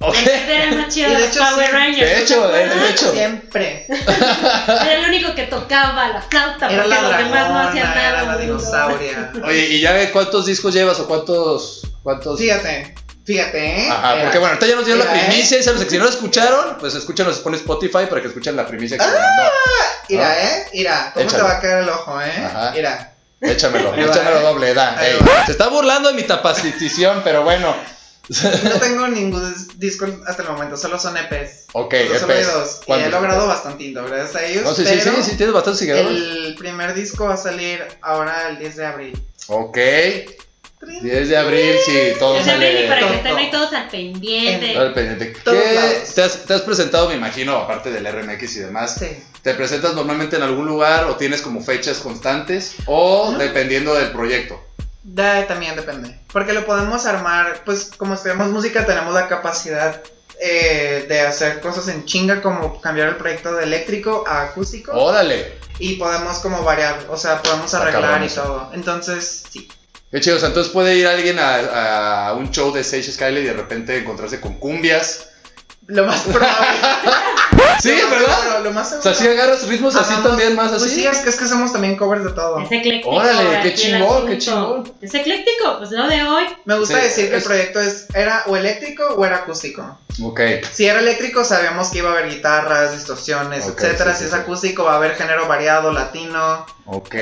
[SPEAKER 3] Ok. <laughs>
[SPEAKER 2] El verde era más chido
[SPEAKER 4] Y de
[SPEAKER 2] de
[SPEAKER 4] hecho,
[SPEAKER 2] Power
[SPEAKER 4] sí.
[SPEAKER 2] Rangers.
[SPEAKER 3] De
[SPEAKER 2] ¿no
[SPEAKER 3] hecho,
[SPEAKER 2] te acuerdas?
[SPEAKER 3] de hecho.
[SPEAKER 4] Siempre.
[SPEAKER 2] Era el único que tocaba la flauta,
[SPEAKER 4] Era
[SPEAKER 2] porque
[SPEAKER 4] la
[SPEAKER 2] los demás no
[SPEAKER 4] dragona,
[SPEAKER 2] hacían nada.
[SPEAKER 4] era la
[SPEAKER 2] boludo.
[SPEAKER 4] dinosauria.
[SPEAKER 3] Oye, ¿y ya ve cuántos discos llevas o cuántos. cuántos...
[SPEAKER 4] Fíjate, fíjate, ¿eh?
[SPEAKER 3] Ajá,
[SPEAKER 4] Era-
[SPEAKER 3] porque bueno, ahorita ya nos dieron la
[SPEAKER 4] Era, ¿eh?
[SPEAKER 3] primicia y se los, si no lo escucharon, pues escúchanos, se pone Spotify para que escuchen la primicia
[SPEAKER 4] ¡Ah!
[SPEAKER 3] que se mandó.
[SPEAKER 4] Mira,
[SPEAKER 3] Ah.
[SPEAKER 4] ¿eh? Mira, ¿cómo
[SPEAKER 3] Échalo.
[SPEAKER 4] te va a caer el ojo, eh?
[SPEAKER 3] Ajá. <laughs>
[SPEAKER 4] Mira.
[SPEAKER 3] Échamelo,
[SPEAKER 4] Ahí va,
[SPEAKER 3] échamelo
[SPEAKER 4] eh.
[SPEAKER 3] doble, da.
[SPEAKER 4] Ahí
[SPEAKER 3] ey.
[SPEAKER 4] va.
[SPEAKER 3] Se está burlando de mi capacitación, pero bueno.
[SPEAKER 4] No tengo ningún dis- disco hasta el momento, solo son EPs.
[SPEAKER 3] Ok,
[SPEAKER 4] Solo Solo hay
[SPEAKER 3] EPs.
[SPEAKER 4] dos. Y
[SPEAKER 3] ¿Cuántos
[SPEAKER 4] he logrado
[SPEAKER 3] EPs?
[SPEAKER 4] bastantito, gracias a ellos.
[SPEAKER 3] No, sí, sí,
[SPEAKER 4] pero
[SPEAKER 3] sí, sí, tienes bastantes seguidores.
[SPEAKER 4] El primer disco va a salir ahora el 10 de abril.
[SPEAKER 3] Ok. 10 de abril, sí, todo
[SPEAKER 2] Es de abril
[SPEAKER 3] sale.
[SPEAKER 2] y para que
[SPEAKER 4] todo.
[SPEAKER 2] estén ahí todos al pendiente.
[SPEAKER 3] Todo al pendiente. ¿Qué
[SPEAKER 4] Todos lados.
[SPEAKER 3] te has, te has presentado, me imagino, aparte del RMX y demás?
[SPEAKER 4] Sí.
[SPEAKER 3] ¿Te presentas normalmente en algún lugar o tienes como fechas constantes o
[SPEAKER 4] No.
[SPEAKER 3] dependiendo del proyecto?
[SPEAKER 4] Da, también depende. Porque lo podemos armar, pues como estudiamos música tenemos la capacidad eh, de hacer cosas en chinga como cambiar el proyecto de eléctrico a acústico
[SPEAKER 3] Órale,
[SPEAKER 4] y podemos como variar, o sea, podemos
[SPEAKER 3] Ah, cabrón,
[SPEAKER 4] arreglar y
[SPEAKER 3] eso.
[SPEAKER 4] todo. Entonces, sí.
[SPEAKER 3] qué chido. O sea, entonces puede ir alguien a, a un show de Sage Skyler y de repente encontrarse con cumbias.
[SPEAKER 4] Lo más probable.
[SPEAKER 3] <laughs> Sí,
[SPEAKER 4] Lo más
[SPEAKER 3] ¿verdad?
[SPEAKER 4] seguro, lo más
[SPEAKER 3] O sea, si
[SPEAKER 4] seguro.
[SPEAKER 3] agarras ritmos así
[SPEAKER 4] Hagamos-
[SPEAKER 3] también, más
[SPEAKER 4] Pues sí,
[SPEAKER 3] así.
[SPEAKER 4] es que, es que hacemos también covers de todo.
[SPEAKER 2] Es ecléctico.
[SPEAKER 3] Órale,
[SPEAKER 2] ahora
[SPEAKER 3] qué
[SPEAKER 2] sí el
[SPEAKER 3] chingón, qué
[SPEAKER 2] asunto.
[SPEAKER 3] chingón.
[SPEAKER 2] Es ecléctico, pues lo de hoy.
[SPEAKER 4] Me gusta
[SPEAKER 3] Sí,
[SPEAKER 4] decir que
[SPEAKER 3] es-
[SPEAKER 4] el proyecto es, era o eléctrico o era acústico.
[SPEAKER 3] Ok,
[SPEAKER 4] Si era eléctrico, sabíamos que iba a haber guitarras, distorsiones,
[SPEAKER 3] Ok,
[SPEAKER 4] etcétera.
[SPEAKER 3] sí, sí,
[SPEAKER 4] si es
[SPEAKER 3] sí.
[SPEAKER 4] acústico, va a haber género variado, latino.
[SPEAKER 3] ok,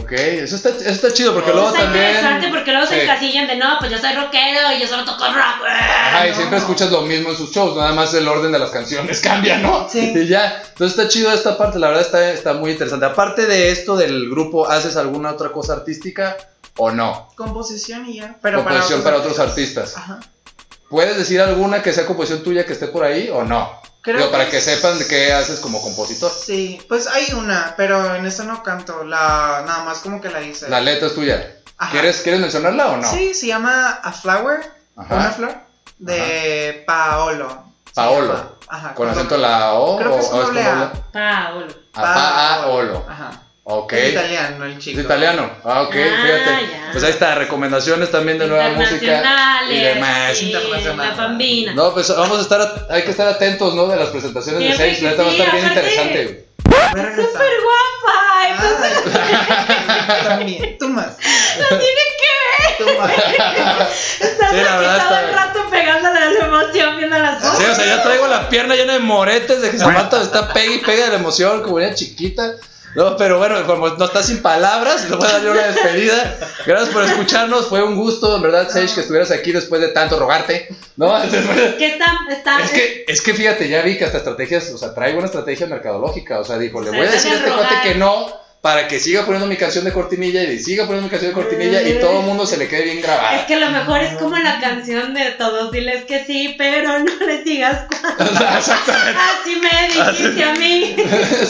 [SPEAKER 3] ok. Eso está, eso está chido porque
[SPEAKER 4] Eso
[SPEAKER 3] luego
[SPEAKER 2] Está interesante
[SPEAKER 3] también.
[SPEAKER 2] porque luego
[SPEAKER 3] Sí.
[SPEAKER 2] se encasillan de no, pues yo soy rockero y yo solo toco rock.
[SPEAKER 3] Ay,
[SPEAKER 4] no.
[SPEAKER 3] siempre escuchas lo mismo en sus shows, nada más el orden de las canciones <laughs> cambia, ¿no?
[SPEAKER 4] Sí.
[SPEAKER 3] Y ya. Entonces está chido esta parte, la verdad está, está muy interesante. Aparte de esto del grupo, ¿haces alguna otra cosa artística o no?
[SPEAKER 4] Composición y ya. Pero
[SPEAKER 3] composición para otros artistas.
[SPEAKER 4] Ajá.
[SPEAKER 3] ¿Puedes decir alguna que sea composición tuya que esté por ahí o no?
[SPEAKER 4] Creo
[SPEAKER 3] Digo, para que
[SPEAKER 4] es-
[SPEAKER 3] sepan de qué haces como compositor.
[SPEAKER 4] Sí, pues hay una, pero en esa no canto. La, nada más como que la hice.
[SPEAKER 3] La letra es tuya.
[SPEAKER 4] Ajá.
[SPEAKER 3] ¿Quieres, ¿Quieres mencionarla o no?
[SPEAKER 4] Sí, se llama A Flower,
[SPEAKER 3] Ajá.
[SPEAKER 4] una flor, de Paolo. Se
[SPEAKER 3] Paolo.
[SPEAKER 4] llama. Ajá.
[SPEAKER 3] Con acento en la O
[SPEAKER 4] Creo
[SPEAKER 3] o
[SPEAKER 4] que es
[SPEAKER 3] o
[SPEAKER 4] con doble
[SPEAKER 3] con
[SPEAKER 4] A.
[SPEAKER 3] doble
[SPEAKER 2] Paolo.
[SPEAKER 3] A. Pa- a- olo.
[SPEAKER 4] Ajá.
[SPEAKER 3] Ok.
[SPEAKER 4] Es italiano el chico.
[SPEAKER 3] Es italiano. Ah, ok,
[SPEAKER 2] Ah,
[SPEAKER 3] fíjate.
[SPEAKER 2] ya.
[SPEAKER 3] Pues ahí está, recomendaciones también de nueva música y demás.
[SPEAKER 2] Internacionales. sí,
[SPEAKER 4] Internacional.
[SPEAKER 2] La bambina.
[SPEAKER 3] No, pues vamos a estar, at- hay que estar atentos, ¿no? De las presentaciones de
[SPEAKER 2] Siempre
[SPEAKER 3] Seis,
[SPEAKER 2] que
[SPEAKER 3] la neta va a
[SPEAKER 2] sí,
[SPEAKER 3] estar bien
[SPEAKER 2] aparte-
[SPEAKER 3] interesante. güey.
[SPEAKER 4] Voy a regresar.
[SPEAKER 2] Súper guapa. Entonces
[SPEAKER 4] Ah, También. <laughs> Tú más.
[SPEAKER 2] no tiene que ver.
[SPEAKER 4] Tú más.
[SPEAKER 2] Estás
[SPEAKER 3] Sí, la
[SPEAKER 2] aquí
[SPEAKER 3] verdad
[SPEAKER 2] todo
[SPEAKER 3] está-
[SPEAKER 2] el rato pegándole a la emoción, viendo las fotos.
[SPEAKER 3] Sí, o sea, yo traigo la pierna llena de moretes de que Samantha está pega y pega de la emoción, como una chiquita. No, pero bueno, como no está sin palabras, le voy a dar yo una despedida. Gracias por escucharnos, fue un gusto, en verdad, Sage, que estuvieras aquí después de tanto rogarte, ¿no? <laughs> Después-
[SPEAKER 2] Que están, están,
[SPEAKER 3] Es que, es que fíjate, ya vi que hasta estrategias, o sea, traigo una estrategia mercadológica, o sea, dijo, le
[SPEAKER 2] O sea,
[SPEAKER 3] voy a
[SPEAKER 2] te
[SPEAKER 3] decir a este
[SPEAKER 2] hacen rogar.
[SPEAKER 3] cuate que no para que siga poniendo mi canción de cortinilla y siga poniendo mi canción de cortinilla y todo el mundo se le quede bien grabada.
[SPEAKER 2] Es que lo mejor es como la canción de todos, diles que sí, pero no les digas cuándo.
[SPEAKER 3] <laughs>
[SPEAKER 2] <laughs>
[SPEAKER 3] O sea, exactamente.
[SPEAKER 2] Así me
[SPEAKER 3] Ah,
[SPEAKER 2] dijiste a mí.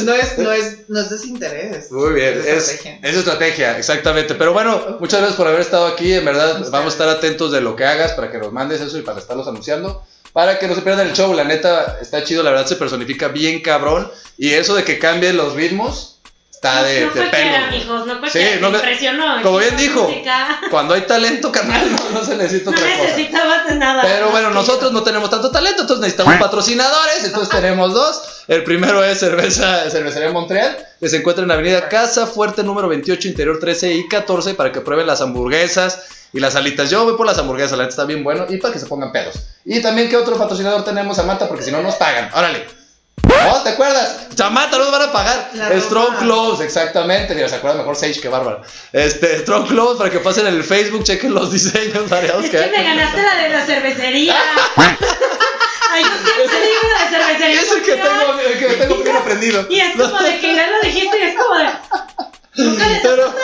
[SPEAKER 4] No es, no es, no es desinterés.
[SPEAKER 3] Muy bien, es es estrategia.
[SPEAKER 4] estrategia.
[SPEAKER 3] exactamente. Pero bueno, muchas gracias por haber estado aquí. En verdad, vamos a estar atentos de lo que hagas para que nos mandes eso y para estarlos anunciando. Para que no se pierdan el show, la neta está chido, la verdad se personifica bien cabrón. Y eso de que cambien los ritmos está Ah, de,
[SPEAKER 2] no
[SPEAKER 3] de
[SPEAKER 2] cualquiera,
[SPEAKER 3] pelo.
[SPEAKER 2] amigos, no cualquiera.
[SPEAKER 3] Sí, no
[SPEAKER 2] me
[SPEAKER 3] le-
[SPEAKER 2] impresionó.
[SPEAKER 3] como
[SPEAKER 2] Yo
[SPEAKER 3] bien
[SPEAKER 2] la
[SPEAKER 3] dijo.
[SPEAKER 2] música-
[SPEAKER 3] Cuando hay talento, carnal, <laughs> no, no se necesita
[SPEAKER 2] No
[SPEAKER 3] otra cosa.
[SPEAKER 2] necesitabas de nada.
[SPEAKER 3] Pero bueno, nosotros no tenemos tanto talento, entonces necesitamos patrocinadores, entonces tenemos dos. El primero es cerveza, Cervecería Montreal, que se encuentra en la avenida Casa Fuerte número 28, interior 13 y 14, para que prueben las hamburguesas y las alitas. Yo voy por las hamburguesas, la neta está bien bueno, y para que se pongan pedos. Y también, ¿qué otro patrocinador tenemos, Samantha? Porque si no, nos pagan. Órale. ¿No? ¿Te acuerdas? Samantha, nos van a pagar.
[SPEAKER 4] La Roma.
[SPEAKER 3] Strong Clothes, exactamente. Mira, se acuerda mejor Sage que Bárbara. Este, Strong Clothes, para que pasen en el Facebook, chequen los <laughs> diseños variados
[SPEAKER 2] Es
[SPEAKER 3] que
[SPEAKER 2] que
[SPEAKER 3] hay.
[SPEAKER 2] me ganaste la de la
[SPEAKER 3] <laughs>
[SPEAKER 2] cervecería. Ay, yo siempre digo la cervecería.
[SPEAKER 3] Es el que tengo, el que tengo bien aprendido.
[SPEAKER 2] Y es como de que ya lo dijiste y es como de. Nunca les
[SPEAKER 3] Pero,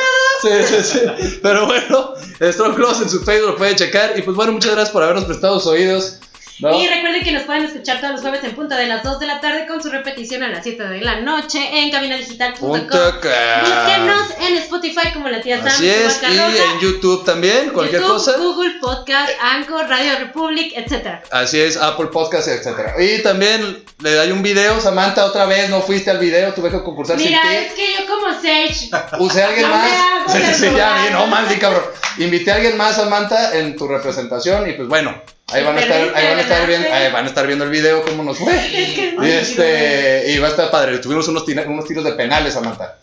[SPEAKER 3] sí, sí, sí. Pero bueno, Strong Close en su Facebook lo pueden checar. Y pues bueno, muchas gracias por habernos prestado sus oídos. ¿no?
[SPEAKER 2] Y recuerden que nos pueden escuchar todos los jueves en punto de las 2 de la tarde con su repetición a las 7 de la noche en caminadigital.com.
[SPEAKER 3] Punto com.
[SPEAKER 2] Búsquenos en Spotify como la tía Sam.
[SPEAKER 3] Así es,
[SPEAKER 2] Vaca
[SPEAKER 3] y
[SPEAKER 2] Roja,
[SPEAKER 3] en YouTube también, cualquier
[SPEAKER 2] YouTube,
[SPEAKER 3] cosa.
[SPEAKER 2] Google Podcast, Anchor, Radio Republic, etc.
[SPEAKER 3] Así es, Apple Podcast, etcétera. Y también le hay un video, Samantha, otra vez no fuiste al video, tuve que concursar
[SPEAKER 2] Mira,
[SPEAKER 3] sin
[SPEAKER 2] es
[SPEAKER 3] ti.
[SPEAKER 2] que yo como Sage.
[SPEAKER 3] Usé a alguien
[SPEAKER 2] no me hago
[SPEAKER 3] más. <laughs> Sí,
[SPEAKER 2] del
[SPEAKER 3] sí, ya
[SPEAKER 2] lugar.
[SPEAKER 3] vi, no man, sí, cabrón. Invité a alguien más, Samantha, en tu representación y pues bueno, ahí van a estar, ahí van a estar viendo, ahí van a estar viendo el video cómo nos fue.
[SPEAKER 2] Es que no.
[SPEAKER 3] Y este, y va a estar padre. Tuvimos unos, tira- unos tiros de penales, Samantha.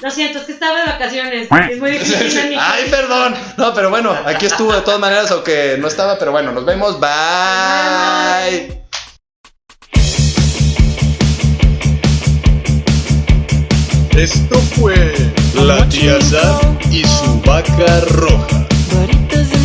[SPEAKER 2] Lo siento, es que estaba de vacaciones. Es muy
[SPEAKER 3] <laughs>
[SPEAKER 2] difícil. en mi-
[SPEAKER 3] Ay, perdón. No, pero bueno, aquí estuvo de todas maneras, aunque no estaba, pero bueno, nos vemos. Bye.
[SPEAKER 1] Esto fue La Tía Sam y su vaca roja.
[SPEAKER 5] But it doesn't